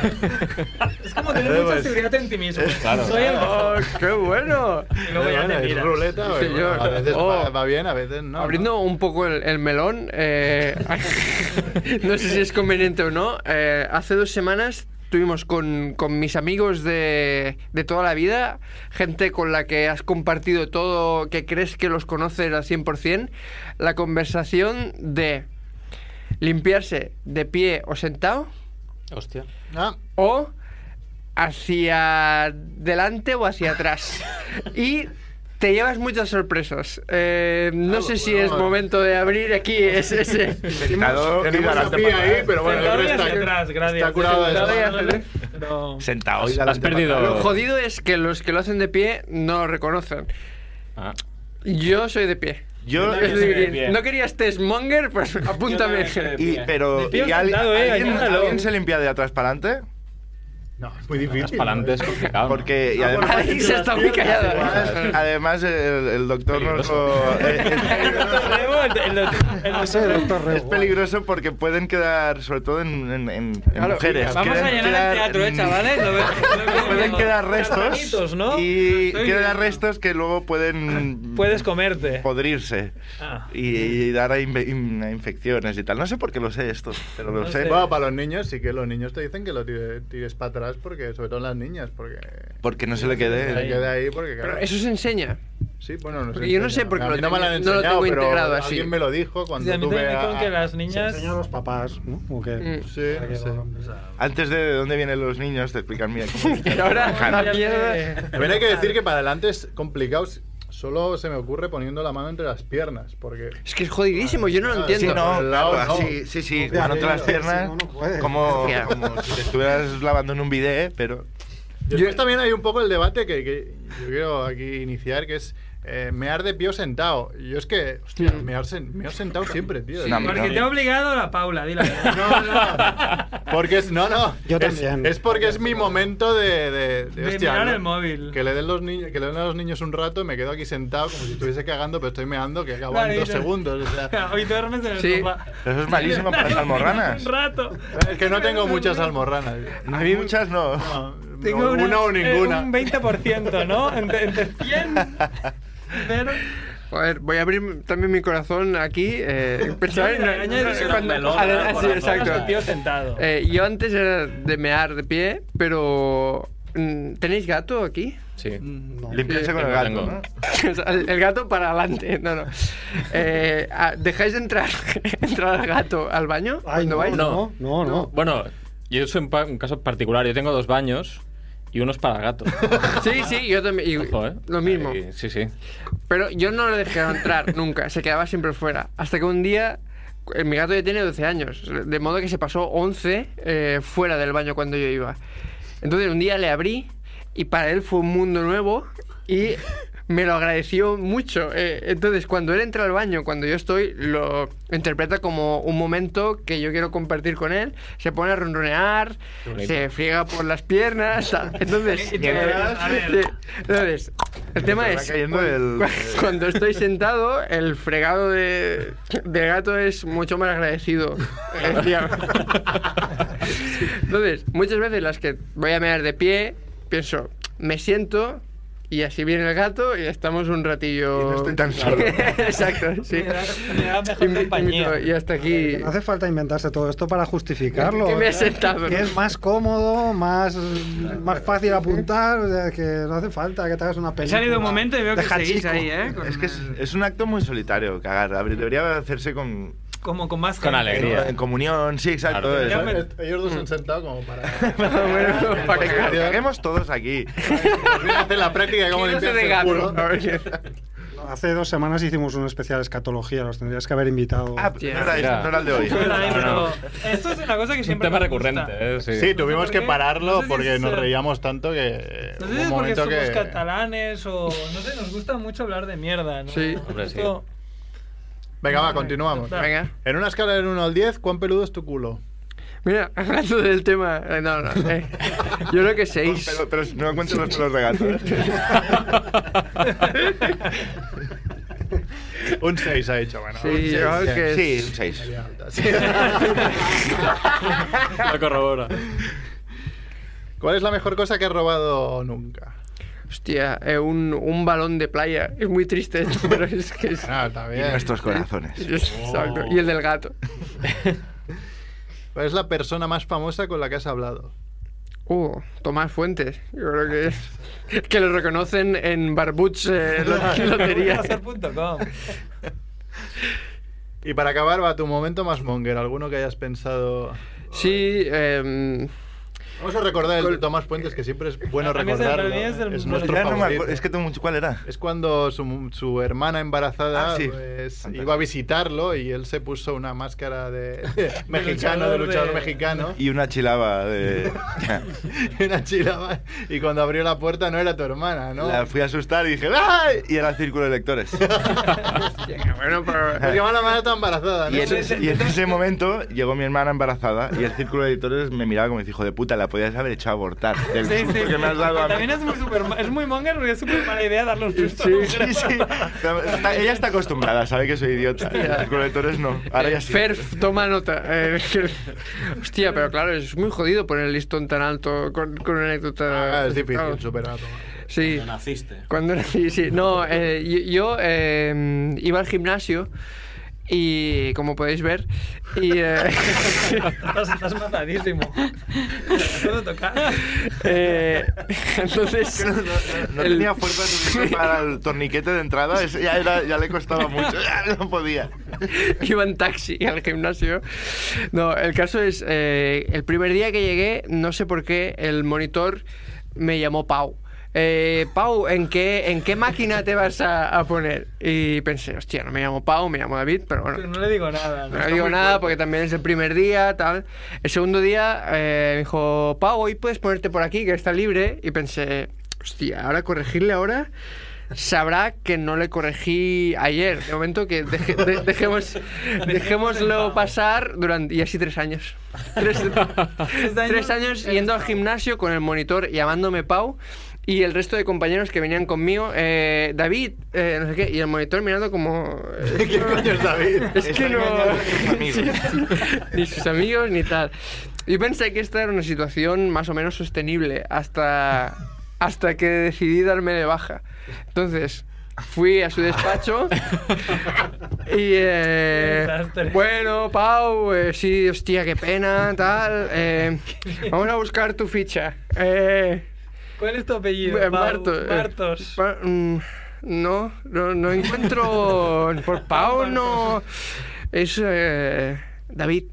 Speaker 3: es como tener mucha
Speaker 1: Pues-
Speaker 3: seguridad en ti mismo.
Speaker 1: Claro.
Speaker 3: Soy el mejor.
Speaker 13: Oh, ¡Qué bueno!
Speaker 3: Y luego ya
Speaker 1: Bueno,
Speaker 3: te
Speaker 1: es
Speaker 3: miras.
Speaker 1: ruleta,
Speaker 13: Sí,
Speaker 1: bueno,
Speaker 13: señor.
Speaker 1: a veces
Speaker 13: Oh.
Speaker 1: va, va bien, a veces no.
Speaker 13: Abriendo un poco el, el melón, eh, no sé si es conveniente o no, eh, hace dos semanas tuvimos con, con mis amigos de, de toda la vida, gente con la que has compartido todo, que crees que los conoces al 100%, la conversación de limpiarse de pie o sentado
Speaker 2: Hostia.
Speaker 13: Ah. o hacia delante o hacia atrás. y te llevas muchas sorpresas. Eh, no sé si es momento de abrir aquí es- ese.
Speaker 6: Sentado y delante para atrás.
Speaker 13: Sentado y hacia
Speaker 3: atrás, gracias.
Speaker 13: Está curado de
Speaker 3: Sentado
Speaker 13: esto.
Speaker 3: y hacia atrás. Pero-
Speaker 6: Sentado
Speaker 13: Has-
Speaker 6: y delante
Speaker 13: has perdido-
Speaker 6: para
Speaker 13: Lo
Speaker 6: atrás.
Speaker 13: jodido es que los que lo hacen de pie no lo reconocen. Ah. Yo soy de pie.
Speaker 6: Yo-
Speaker 13: Es
Speaker 6: Yo soy de
Speaker 13: decir,
Speaker 6: pie.
Speaker 13: no querías test monger, pues apúntame.
Speaker 6: Y, pero,
Speaker 13: De pie
Speaker 6: ¿y al-
Speaker 13: sentado, eh,
Speaker 6: alguien,
Speaker 13: ayúdalo.
Speaker 6: alguien se limpia de atrás para adelante?
Speaker 1: No, es muy difícil.
Speaker 10: Para adelante es complicado. ¿no?
Speaker 6: Porque y
Speaker 10: Ah,
Speaker 6: además,
Speaker 10: bueno, Ahí se está muy callado.
Speaker 6: Además, además, el, el doctor nos lo- eh, es peligroso porque pueden quedar, sobre todo en, en- en- en
Speaker 4: Claro,
Speaker 6: mujeres.
Speaker 4: vamos a
Speaker 6: pueden
Speaker 4: llenar el
Speaker 6: quedar-
Speaker 4: teatro, eh, chavales, lo ve-
Speaker 6: pueden quedar restos
Speaker 3: Cartonitos, ¿no?
Speaker 6: y
Speaker 3: Estoy
Speaker 6: quedan
Speaker 3: viendo.
Speaker 6: restos que luego pueden
Speaker 3: Puedes comerte.
Speaker 6: podrirse
Speaker 3: Ah.
Speaker 6: y, y dar a, inve- in- a infecciones y tal. No sé por qué lo sé esto, pero lo sé.
Speaker 1: Bueno, para los niños sí que los niños te dicen que lo tire- tires para atrás, porque sobre todo las niñas, porque
Speaker 6: Porque no se le
Speaker 1: se
Speaker 6: quede.
Speaker 1: queda ahí porque claro,
Speaker 13: Pero eso se enseña.
Speaker 1: Sí, bueno, no
Speaker 13: Porque yo no sé por qué
Speaker 1: a
Speaker 13: lo
Speaker 1: mí no me
Speaker 13: tengo-
Speaker 1: lo han
Speaker 13: no lo
Speaker 1: enseñado,
Speaker 13: tengo
Speaker 1: pero
Speaker 13: integrado así.
Speaker 1: alguien me lo dijo cuando
Speaker 3: Sí, a mí
Speaker 1: tuve
Speaker 3: también me dijeron que
Speaker 1: a...
Speaker 3: las niñas.
Speaker 5: enseñan a los papás, ¿no? ¿O
Speaker 13: Mm.
Speaker 5: qué?
Speaker 1: Sí, sí.
Speaker 6: Antes de, de dónde vienen los niños, te explican mira cómo.
Speaker 13: ahora
Speaker 1: También hay que decir que para adelante es complicado. s- Solo se me ocurre poniendo la mano entre las piernas, porque...
Speaker 13: Es que es jodidísimo, Pues yo no lo
Speaker 1: Ah,
Speaker 13: entiendo.
Speaker 1: sí, no, claro,
Speaker 6: sí, sí, sí,
Speaker 1: Joder,
Speaker 6: mano entre las
Speaker 1: sí,
Speaker 6: piernas.
Speaker 1: no, no puedes.
Speaker 6: Como,
Speaker 1: Hostia.
Speaker 6: como si te estuvieras lavando en un bidet, pero.
Speaker 1: Después también hay un poco el debate que, que yo quiero aquí iniciar, que es eh, mear de pie o sentado. Yo es que, hostia, mear, sen- mear sentado siempre, tío.
Speaker 3: Sí, Mm. porque te ha obligado la Paula, dile.
Speaker 1: Porque es, no, no.
Speaker 5: Yo
Speaker 1: es,
Speaker 5: también.
Speaker 1: Es porque es mi momento de. de, de,
Speaker 3: De
Speaker 1: hostia,
Speaker 3: mirar
Speaker 1: ¿no?
Speaker 3: el móvil.
Speaker 1: Que le, den los niños, que le den a los niños un rato y me quedo aquí sentado como si estuviese cagando, pero estoy meando que acabo
Speaker 3: Claro,
Speaker 1: en
Speaker 3: y
Speaker 1: dos
Speaker 3: no-
Speaker 1: segundos. o sea.
Speaker 3: Hoy duermes en el
Speaker 1: Sí.
Speaker 3: sofá.
Speaker 6: Pero eso es malísimo para las almorranas.
Speaker 3: Un rato.
Speaker 1: Es que no tengo muchas almorranas.
Speaker 6: A mí muchas no.
Speaker 3: Tengo
Speaker 1: No,
Speaker 3: una,
Speaker 1: una o
Speaker 3: eh,
Speaker 1: ninguna.
Speaker 3: un 20%, ¿no? Entre, entre 100. Pero
Speaker 13: Joder, voy a abrir también mi corazón aquí. Eh,
Speaker 3: Pues,
Speaker 13: pensaba en- cuando- al- ah, sí, exacto.
Speaker 3: Este tío sentado.
Speaker 13: Eh, yo antes era de mear de pie, pero. mm, ¿Tenéis gato aquí?
Speaker 10: Sí.
Speaker 1: Mm,
Speaker 6: Limpiarse con el gato, ¿no?
Speaker 13: O sea, el, el gato para adelante, no, no. Eh, ah, ¿Dejáis de entrar, entrar al gato al baño cuando vais?
Speaker 10: No,
Speaker 5: no, no.
Speaker 10: Bueno, yo soy un, pa- un caso particular. Yo tengo dos baños y uno es para gato.
Speaker 13: Sí, sí, yo también. y- Lo mismo.
Speaker 10: Y- sí, sí.
Speaker 13: Pero yo no le dejaba entrar nunca, se quedaba siempre fuera. Hasta que un día, eh, mi gato ya tiene 12 años, de modo que se pasó 11 eh, fuera del baño cuando yo iba. Entonces un día le abrí y para él fue un mundo nuevo y me lo agradeció mucho. Eh, entonces cuando él entra al baño, cuando yo estoy, lo interpreta como un momento que yo quiero compartir con él, se pone a ronronear,
Speaker 10: Qué bonito.
Speaker 13: se friega por las piernas. tal. Entonces,
Speaker 10: Y te
Speaker 13: eh,
Speaker 10: quedas- a ver.
Speaker 13: sí. entonces el tema
Speaker 6: va
Speaker 13: es
Speaker 6: cayendo
Speaker 13: cuan-
Speaker 6: el-
Speaker 13: cuan- cuando, estoy sentado el fregado de, de gato es mucho más agradecido Eh, digamos. entonces muchas veces las que voy a mear de pie pienso me siento y así viene el gato y estamos un ratillo no estoy
Speaker 6: tan
Speaker 13: solo exacto sí Invi- invito- y hasta aquí
Speaker 5: No hace falta inventarse todo esto para justificarlo.
Speaker 13: Que me he sentado,
Speaker 5: Que
Speaker 13: ¿no?
Speaker 5: es más cómodo, más, más fácil apuntar, o sea, que no hace falta que te hagas una película. de Hachiko.
Speaker 6: Es que es, es un acto muy solitario cagar. Abrir- Debería hacerse con.
Speaker 3: como con más
Speaker 6: con
Speaker 10: alegría.
Speaker 6: En, comunión, sí, exacto.
Speaker 10: Claro.
Speaker 6: eso.
Speaker 1: Ya me- Ellos
Speaker 6: Mm.
Speaker 1: dos se han sentado como para.
Speaker 13: Bueno,
Speaker 6: para que caguemos todos aquí.
Speaker 1: Voy a hacer la práctica de cómo
Speaker 6: Quiero ser
Speaker 1: limpiarse
Speaker 6: de
Speaker 1: el
Speaker 6: gato.
Speaker 1: culo.
Speaker 13: A ver.
Speaker 5: Hace dos semanas hicimos un especial escatología, los tendrías que haber invitado. Ah,
Speaker 6: pues no era
Speaker 1: este,
Speaker 6: ese, no era este. el de hoy.
Speaker 3: este, Pero Esto es una cosa que siempre. me gusta.
Speaker 1: Sí, tuvimos
Speaker 3: por
Speaker 1: que
Speaker 3: qué.
Speaker 1: pararlo
Speaker 3: No sé si
Speaker 1: porque
Speaker 3: es,
Speaker 1: nos
Speaker 3: eh,
Speaker 1: reíamos tanto que
Speaker 3: No
Speaker 1: hubo
Speaker 3: sé
Speaker 1: un
Speaker 3: si es porque
Speaker 1: momento
Speaker 3: somos
Speaker 1: que...
Speaker 3: catalanes o. No sé, nos gusta mucho hablar de mierda, ¿no?
Speaker 1: Sí. Hombre, sí.
Speaker 3: Esto-
Speaker 1: Venga, va, continuamos.
Speaker 13: Venga.
Speaker 1: En una escala del 1 al 10, ¿cuán peludo es tu culo?
Speaker 13: Mira, hablando del tema. eh, No, no. eh, yo creo que seis.
Speaker 6: Pero, pero no encuentro los pelos de gato. eh.
Speaker 1: un 6 ha hecho, bueno.
Speaker 6: Sí,
Speaker 1: un seis.
Speaker 6: yo creo que Sí, es- un seis.
Speaker 1: Lo corrobora. ¿Cuál es la mejor cosa que has robado nunca?
Speaker 13: Hostia, eh, un, un balón de playa. Es muy triste esto, pero es que es.
Speaker 1: Ah, está
Speaker 6: bien. Y nuestros corazones.
Speaker 1: Oh.
Speaker 13: Exacto. Y el del gato.
Speaker 1: ¿Cuál es la persona más famosa con la que has hablado?
Speaker 13: Uh, Tomás Fuentes. Yo creo que es. Que lo reconocen en Barbuch eh, lot- Lotería.
Speaker 3: Barbuchhacer.com.
Speaker 1: Y para acabar, va tu momento más monger. ¿Alguno que hayas pensado...?
Speaker 13: Sí, em,
Speaker 1: Vamos a recordar el de Tomás Fuentes, que siempre es bueno
Speaker 6: A mí es del- a
Speaker 1: recordarlo.
Speaker 6: mí es del-
Speaker 1: Es
Speaker 6: del-
Speaker 1: nuestro
Speaker 6: Ya no me acuerdo,
Speaker 1: favorito.
Speaker 6: es que tengo mucho- ¿Cuál era?
Speaker 1: Es cuando su, su hermana embarazada
Speaker 6: Ah, sí.
Speaker 1: pues, iba a visitarlo y él se puso una máscara de, de mexicano, de
Speaker 6: luchador
Speaker 1: luchador
Speaker 6: de-
Speaker 1: mexicano,
Speaker 6: Y una chilaba de.
Speaker 1: y una chilaba. Y cuando abrió la puerta no era tu hermana, ¿no?
Speaker 6: La fui a asustar y dije ¡ay! Y era el círculo de lectores.
Speaker 13: bueno,
Speaker 1: Porque van a mandar tan embarazada, ¿no?
Speaker 6: Y en, ese, y en ese momento llegó mi hermana embarazada y el círculo de editores me miraba como dice, hijo de puta, la podías haber hecho abortar. Del
Speaker 3: Sí,
Speaker 6: susto
Speaker 3: sí,
Speaker 6: que me has dado a mí.
Speaker 3: También es muy, super, es muy monger porque es súper mala idea darle un susto.
Speaker 6: Sí, sí, sí. Está- ella está acostumbrada, sabe que soy idiota. El círculo de editores no. Ahora ya sí.
Speaker 13: Ferf, Eh, toma nota. Eh, hostia, pero claro, es muy jodido poner el listón tan alto con, con una anécdota.
Speaker 1: Ah, es difícil
Speaker 13: Claro.
Speaker 1: superarlo.
Speaker 13: Sí.
Speaker 2: Naciste.
Speaker 13: Cuando nací, sí. No, eh, yo, yo, eh, iba al gimnasio y, como podéis ver, y... eh,
Speaker 3: Estás, estás matadísimo. ¿Te puedo tocar?
Speaker 13: eh, entonces...
Speaker 6: No, no, no, no
Speaker 13: el-
Speaker 6: tenía fuerza suficiente para el torniquete de entrada, es- ya, era- ya le costaba mucho, ya no podía.
Speaker 13: iba en taxi al gimnasio. No, el caso es, eh, el primer día que llegué, no sé por qué, el monitor me llamó Pau. Eh, Pau, ¿en qué, ¿en qué máquina te vas a, a poner? Y pensé, hostia, no me llamo Pau, me llamo David, pero bueno.
Speaker 3: Pero no le digo nada.
Speaker 13: No digo nada porque también es el primer día, tal. El segundo día eh, me dijo, Pau, hoy puedes ponerte por aquí, que está libre. Y pensé, hostia, ahora corregirle ahora. Sabrá que no le corregí ayer. De momento que deje- de- dejemos, dejémoslo pasar durante. Y así tres años. Tres, tres años yendo al gimnasio con el monitor llamándome Pau. Y el resto de compañeros que venían conmigo, eh, David, eh, no sé qué, y el monitor mirando como. eh,
Speaker 6: ¿Qué coño es David?
Speaker 13: Es que
Speaker 6: Está
Speaker 13: no.
Speaker 6: engañando a sus amigos.
Speaker 13: ni sus amigos ni tal. Yo pensé que esta era una situación más o menos sostenible hasta, hasta que decidí darme de baja. Entonces, fui a su despacho y... eh, bueno, Pau, eh, sí, hostia, qué pena, tal. eh, vamos a buscar tu ficha. Eh,
Speaker 3: ¿Cuál es tu apellido?
Speaker 13: eh,
Speaker 3: Pau?
Speaker 13: Marto, eh,
Speaker 3: Martos.
Speaker 13: Pa- mm, no, no, no encuentro. Por Pau no. Es. eh, David.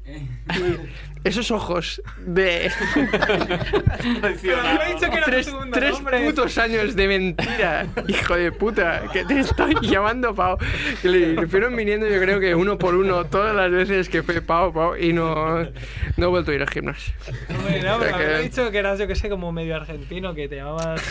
Speaker 13: Esos ojos de.
Speaker 3: Pero me ha dicho que era tu
Speaker 13: tres
Speaker 3: segundo
Speaker 13: tres
Speaker 3: nombre.
Speaker 13: putos años de mentira, hijo de puta, que te estoy llamando Pau. Y le le fueron viniendo, yo creo que uno por uno, todas las veces que fue Pau, Pau, y no, no he vuelto a ir al gimnasio.
Speaker 3: Hombre, no, pero
Speaker 13: O sea que-
Speaker 3: había dicho que eras, yo que sé, como medio argentino, que te llamabas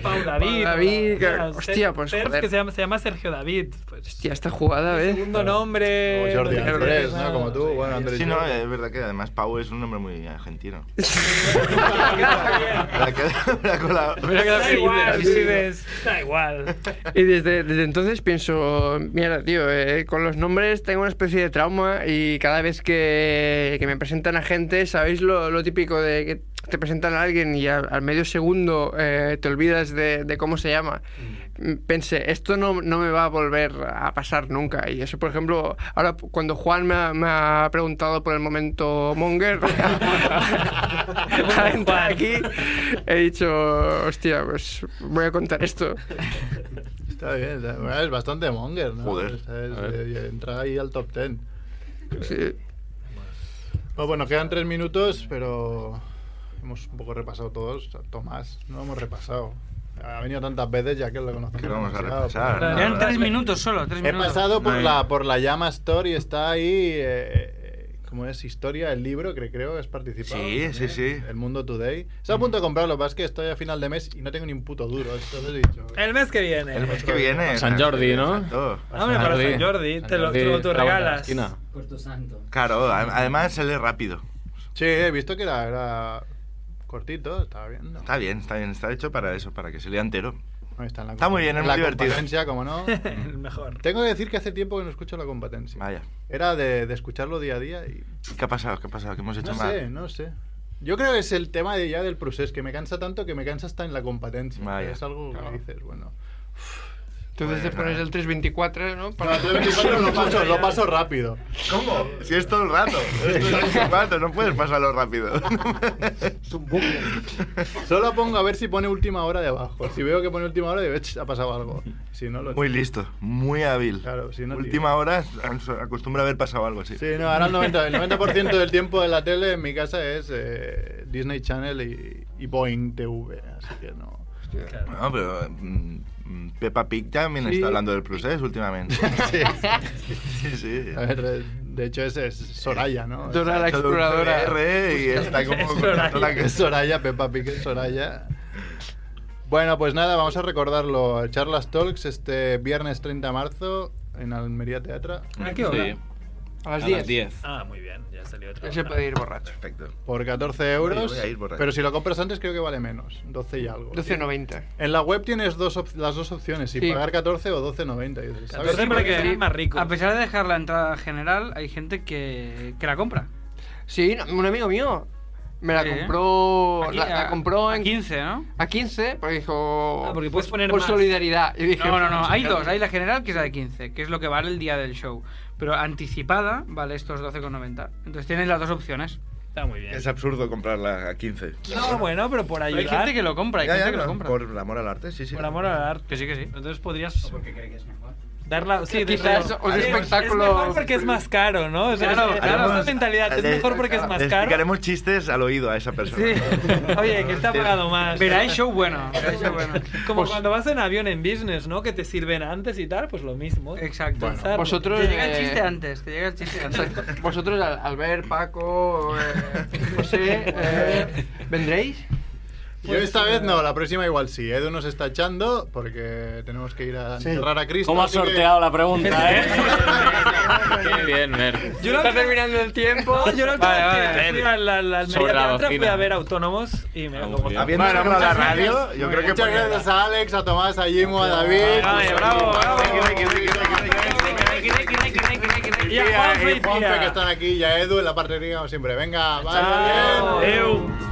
Speaker 3: Pau David.
Speaker 13: David,
Speaker 3: o-
Speaker 13: que-
Speaker 3: o-
Speaker 13: hostia, pues,
Speaker 3: Sergio,
Speaker 13: joder.
Speaker 3: que se llama, se llama Sergio David. Pues,
Speaker 13: Hostia, esta jugada, ¿eh?
Speaker 3: segundo nombre.
Speaker 1: Eh, Jordi
Speaker 3: no te
Speaker 1: Andrés,
Speaker 3: interesa.
Speaker 1: ¿no? Como tú, bueno, Andrés.
Speaker 6: Sí, no,
Speaker 1: Jordi.
Speaker 6: es verdad que además Pau es un nombre muy argentino. Me la queda- me la cola-
Speaker 3: Da igual, vives. Da igual.
Speaker 13: Y desde, desde entonces pienso, mira, tío, eh, con los nombres tengo una especie de trauma y cada vez que, que me presentan a gente, ¿sabéis lo, lo típico de que te presentan a alguien y al, al medio segundo eh, te olvidas de, de cómo se llama? Mm, Pensé, esto no, no me va a volver a pasar nunca. Y eso, por ejemplo, ahora cuando Juan me ha, me ha preguntado por el momento Monger, para entrar aquí, he dicho, hostia, pues voy a contar esto.
Speaker 1: Está bien, está- bueno, es bastante monger, ¿no?
Speaker 6: Joder.
Speaker 1: Es- es- eh, entra ahí al top 10. Bueno, bueno, quedan tres minutos, pero hemos un poco repasado todos. Tomás, no lo hemos repasado. Ha venido tantas veces ya que lo conozco.
Speaker 6: Que lo vamos a
Speaker 1: demasiado. pues, eh.
Speaker 6: repasar, ¿no?
Speaker 4: Quedan tres minutos solo, tres
Speaker 1: He
Speaker 4: minutos.
Speaker 1: pasado por
Speaker 4: No hay-
Speaker 1: la, por la llama Store y está ahí. eh, eh, ¿Cómo es? Historia, el libro, que creo que es participado.
Speaker 6: Sí, sí, sí.
Speaker 1: El Mundo Today. Estoy a punto de comprarlo, pero es que estoy a final de mes y no tengo ni un puto duro. Entonces he dicho.
Speaker 3: El mes que viene.
Speaker 1: El mes
Speaker 6: que viene.
Speaker 10: San Jordi, ¿no?
Speaker 3: Ah, hombre, para San Jordi, te lo, te lo
Speaker 10: está a la
Speaker 3: regalas.
Speaker 10: esquina.
Speaker 14: Puerto Santo.
Speaker 6: Claro, a- además se lee rápido.
Speaker 1: Sí, he visto que era, era cortito, estaba bien. ¿no?
Speaker 6: Está bien, está bien, está hecho para eso, para que se lea entero.
Speaker 1: Ahí está, en la
Speaker 6: Está muy bien, es
Speaker 1: en
Speaker 6: muy
Speaker 1: la
Speaker 6: divertido.
Speaker 1: competencia, como no.
Speaker 3: El mejor.
Speaker 1: Tengo que decir que hace tiempo que no escucho la competencia.
Speaker 6: Vaya.
Speaker 1: Era de, de escucharlo día a día y
Speaker 6: ¿Qué ha pasado? ¿Qué ha pasado? ¿Qué hemos hecho
Speaker 1: no
Speaker 6: mal?
Speaker 1: sé, no sé. Yo creo que es el tema de ya del procés, que me cansa tanto que me cansa hasta en la competencia.
Speaker 6: Vaya.
Speaker 1: Es algo que dices, bueno.
Speaker 13: Entonces te pones el 324, ¿no?
Speaker 1: No, el 324 lo paso, lo paso rápido.
Speaker 6: ¿Cómo? Si es todo el rato. Es todo el rato, no puedes pasarlo rápido.
Speaker 1: Solo pongo a ver si pone última hora de abajo. Si veo que pone última hora, digo, "Ech, ha pasado algo. Si no, lo
Speaker 6: Muy listo, muy hábil.
Speaker 1: Claro, si no,
Speaker 6: Última hora acostumbra haber pasado algo así.
Speaker 1: Sí, no, ahora el 90%, el 90 del tiempo de la tele en mi casa es eh, Disney Channel y, y Boeing TV, así que no.
Speaker 6: No, pero mm, mm, Peppa Pig también
Speaker 1: Sí.
Speaker 6: está hablando del proceso últimamente. sí, sí.
Speaker 1: A ver, eh, de hecho es, es Soraya, ¿no?
Speaker 6: Dora la
Speaker 1: Está hecho de un
Speaker 6: exploradora.
Speaker 1: CDR
Speaker 6: y está como
Speaker 1: Es
Speaker 6: contando la
Speaker 1: Soraya,
Speaker 6: que-
Speaker 1: es Soraya, Peppa Pig es Soraya. Bueno, pues nada, vamos a recordarlo. Charlas Talks este viernes 30 de marzo en Almería Teatra.
Speaker 3: ¿A Ah, qué hora? Sí.
Speaker 13: A las 10.
Speaker 3: Ah, muy bien, ya salió otra.
Speaker 13: Se puede ir borracho.
Speaker 6: Perfecto.
Speaker 1: Por 14
Speaker 13: Voy-
Speaker 1: euros.
Speaker 13: voy a ir borracho.
Speaker 1: pero si lo compras antes creo que vale menos. 12 y algo.
Speaker 13: 12.90.
Speaker 1: En la web tienes dos op- las dos opciones, si
Speaker 13: Sí.
Speaker 1: pagar 14 o 12.90. y dices, ¿sabes?
Speaker 4: más rico. A pesar de dejar la entrada general, hay gente que, que la compra.
Speaker 13: Sí, no, un amigo mío me la
Speaker 4: Sí.
Speaker 13: compró.
Speaker 4: Aquí,
Speaker 13: la, la
Speaker 4: a-
Speaker 13: compró en.
Speaker 4: 15, ¿no?
Speaker 13: A 15, porque dijo.
Speaker 4: Ah, porque puedes
Speaker 13: pues,
Speaker 4: poner
Speaker 13: Por
Speaker 4: más.
Speaker 13: solidaridad. Y dije,
Speaker 4: no, no, no.
Speaker 13: pues,
Speaker 4: Hay
Speaker 13: claro.
Speaker 4: dos. Hay la general, que es la de 15, que es lo que vale el día del show. Pero anticipada vale estos 12,90. Entonces tienes las dos opciones.
Speaker 3: Está muy bien.
Speaker 6: Es absurdo comprarla a 15.
Speaker 3: No, bueno, pero por
Speaker 4: Pero
Speaker 3: ayudar.
Speaker 4: hay gente que lo compra, hay
Speaker 6: Ya,
Speaker 4: gente
Speaker 6: ya,
Speaker 4: que
Speaker 6: no,
Speaker 4: lo compra.
Speaker 6: Por el amor al arte, sí, sí.
Speaker 3: Por amor al arte.
Speaker 4: Que sí, que sí.
Speaker 3: Entonces podrías. porque cree que es mejor? Darla, Ah, sí,
Speaker 13: Quizás
Speaker 3: desde-
Speaker 13: un
Speaker 3: es-
Speaker 13: espectáculo-
Speaker 3: Es mejor porque es más caro, ¿no? O sea,
Speaker 13: Claro,
Speaker 3: es-
Speaker 13: claro.
Speaker 3: es la mentalidad. Es
Speaker 6: Le-
Speaker 3: mejor porque es más
Speaker 6: le
Speaker 3: caro.
Speaker 6: Ah, explicaremos chistes al oído a esa persona.
Speaker 3: Oye, que está pagado más.
Speaker 4: Pero hay show bueno. hay show bueno.
Speaker 3: Como cuando vas en avión en business, ¿no? Que te sirven antes y tal, pues lo mismo.
Speaker 4: Exacto.
Speaker 3: Pensarlo.
Speaker 13: Vosotros,
Speaker 4: Te llega el
Speaker 13: eh,
Speaker 4: chiste antes, te llega el chiste antes.
Speaker 13: Vosotros, Al- pues, Albert, Paco, eh, José, eh, ¿vendréis?
Speaker 1: Yo esta vez no, la próxima igual sí. Edu nos está echando porque tenemos que ir a enterrar a Cristo.
Speaker 10: ¿Cómo has
Speaker 1: así
Speaker 10: sorteado
Speaker 1: que-
Speaker 10: la pregunta, eh? Qué bien, Mer.
Speaker 3: Yo está terminando el tiempo. Yo la última
Speaker 10: Vale,
Speaker 3: vez que
Speaker 10: vale.
Speaker 3: fui a la, la Almería
Speaker 10: Sobre la
Speaker 3: Teatro fui
Speaker 10: doctrina.
Speaker 3: a ver autónomos y me lo
Speaker 10: bien.
Speaker 6: Habiendo cerrado la radio, yo creo que
Speaker 1: Muchas
Speaker 6: podría-
Speaker 1: gracias a Alex, a Tomás, a Jimo, a David.
Speaker 6: Vale, bravo, bravo.
Speaker 1: Y a Juanfe y Juanfe que están aquí, y a Edu en la partería como siempre. Venga, vaya bien.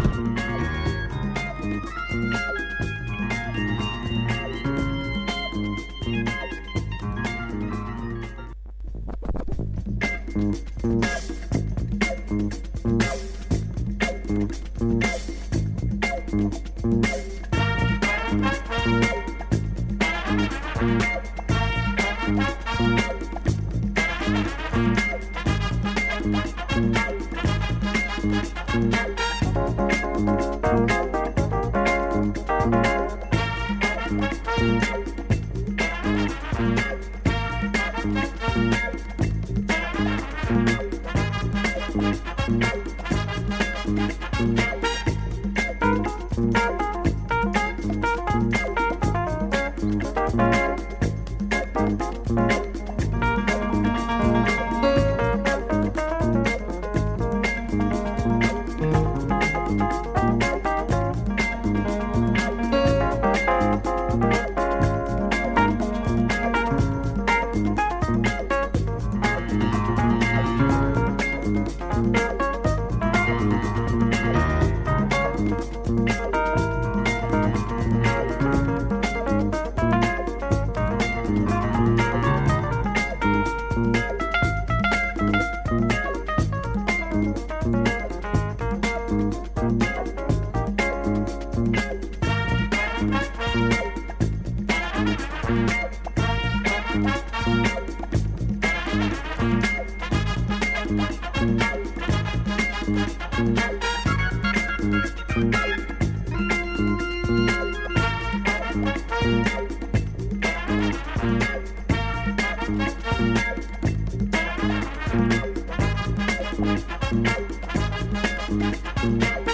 Speaker 8: Monger.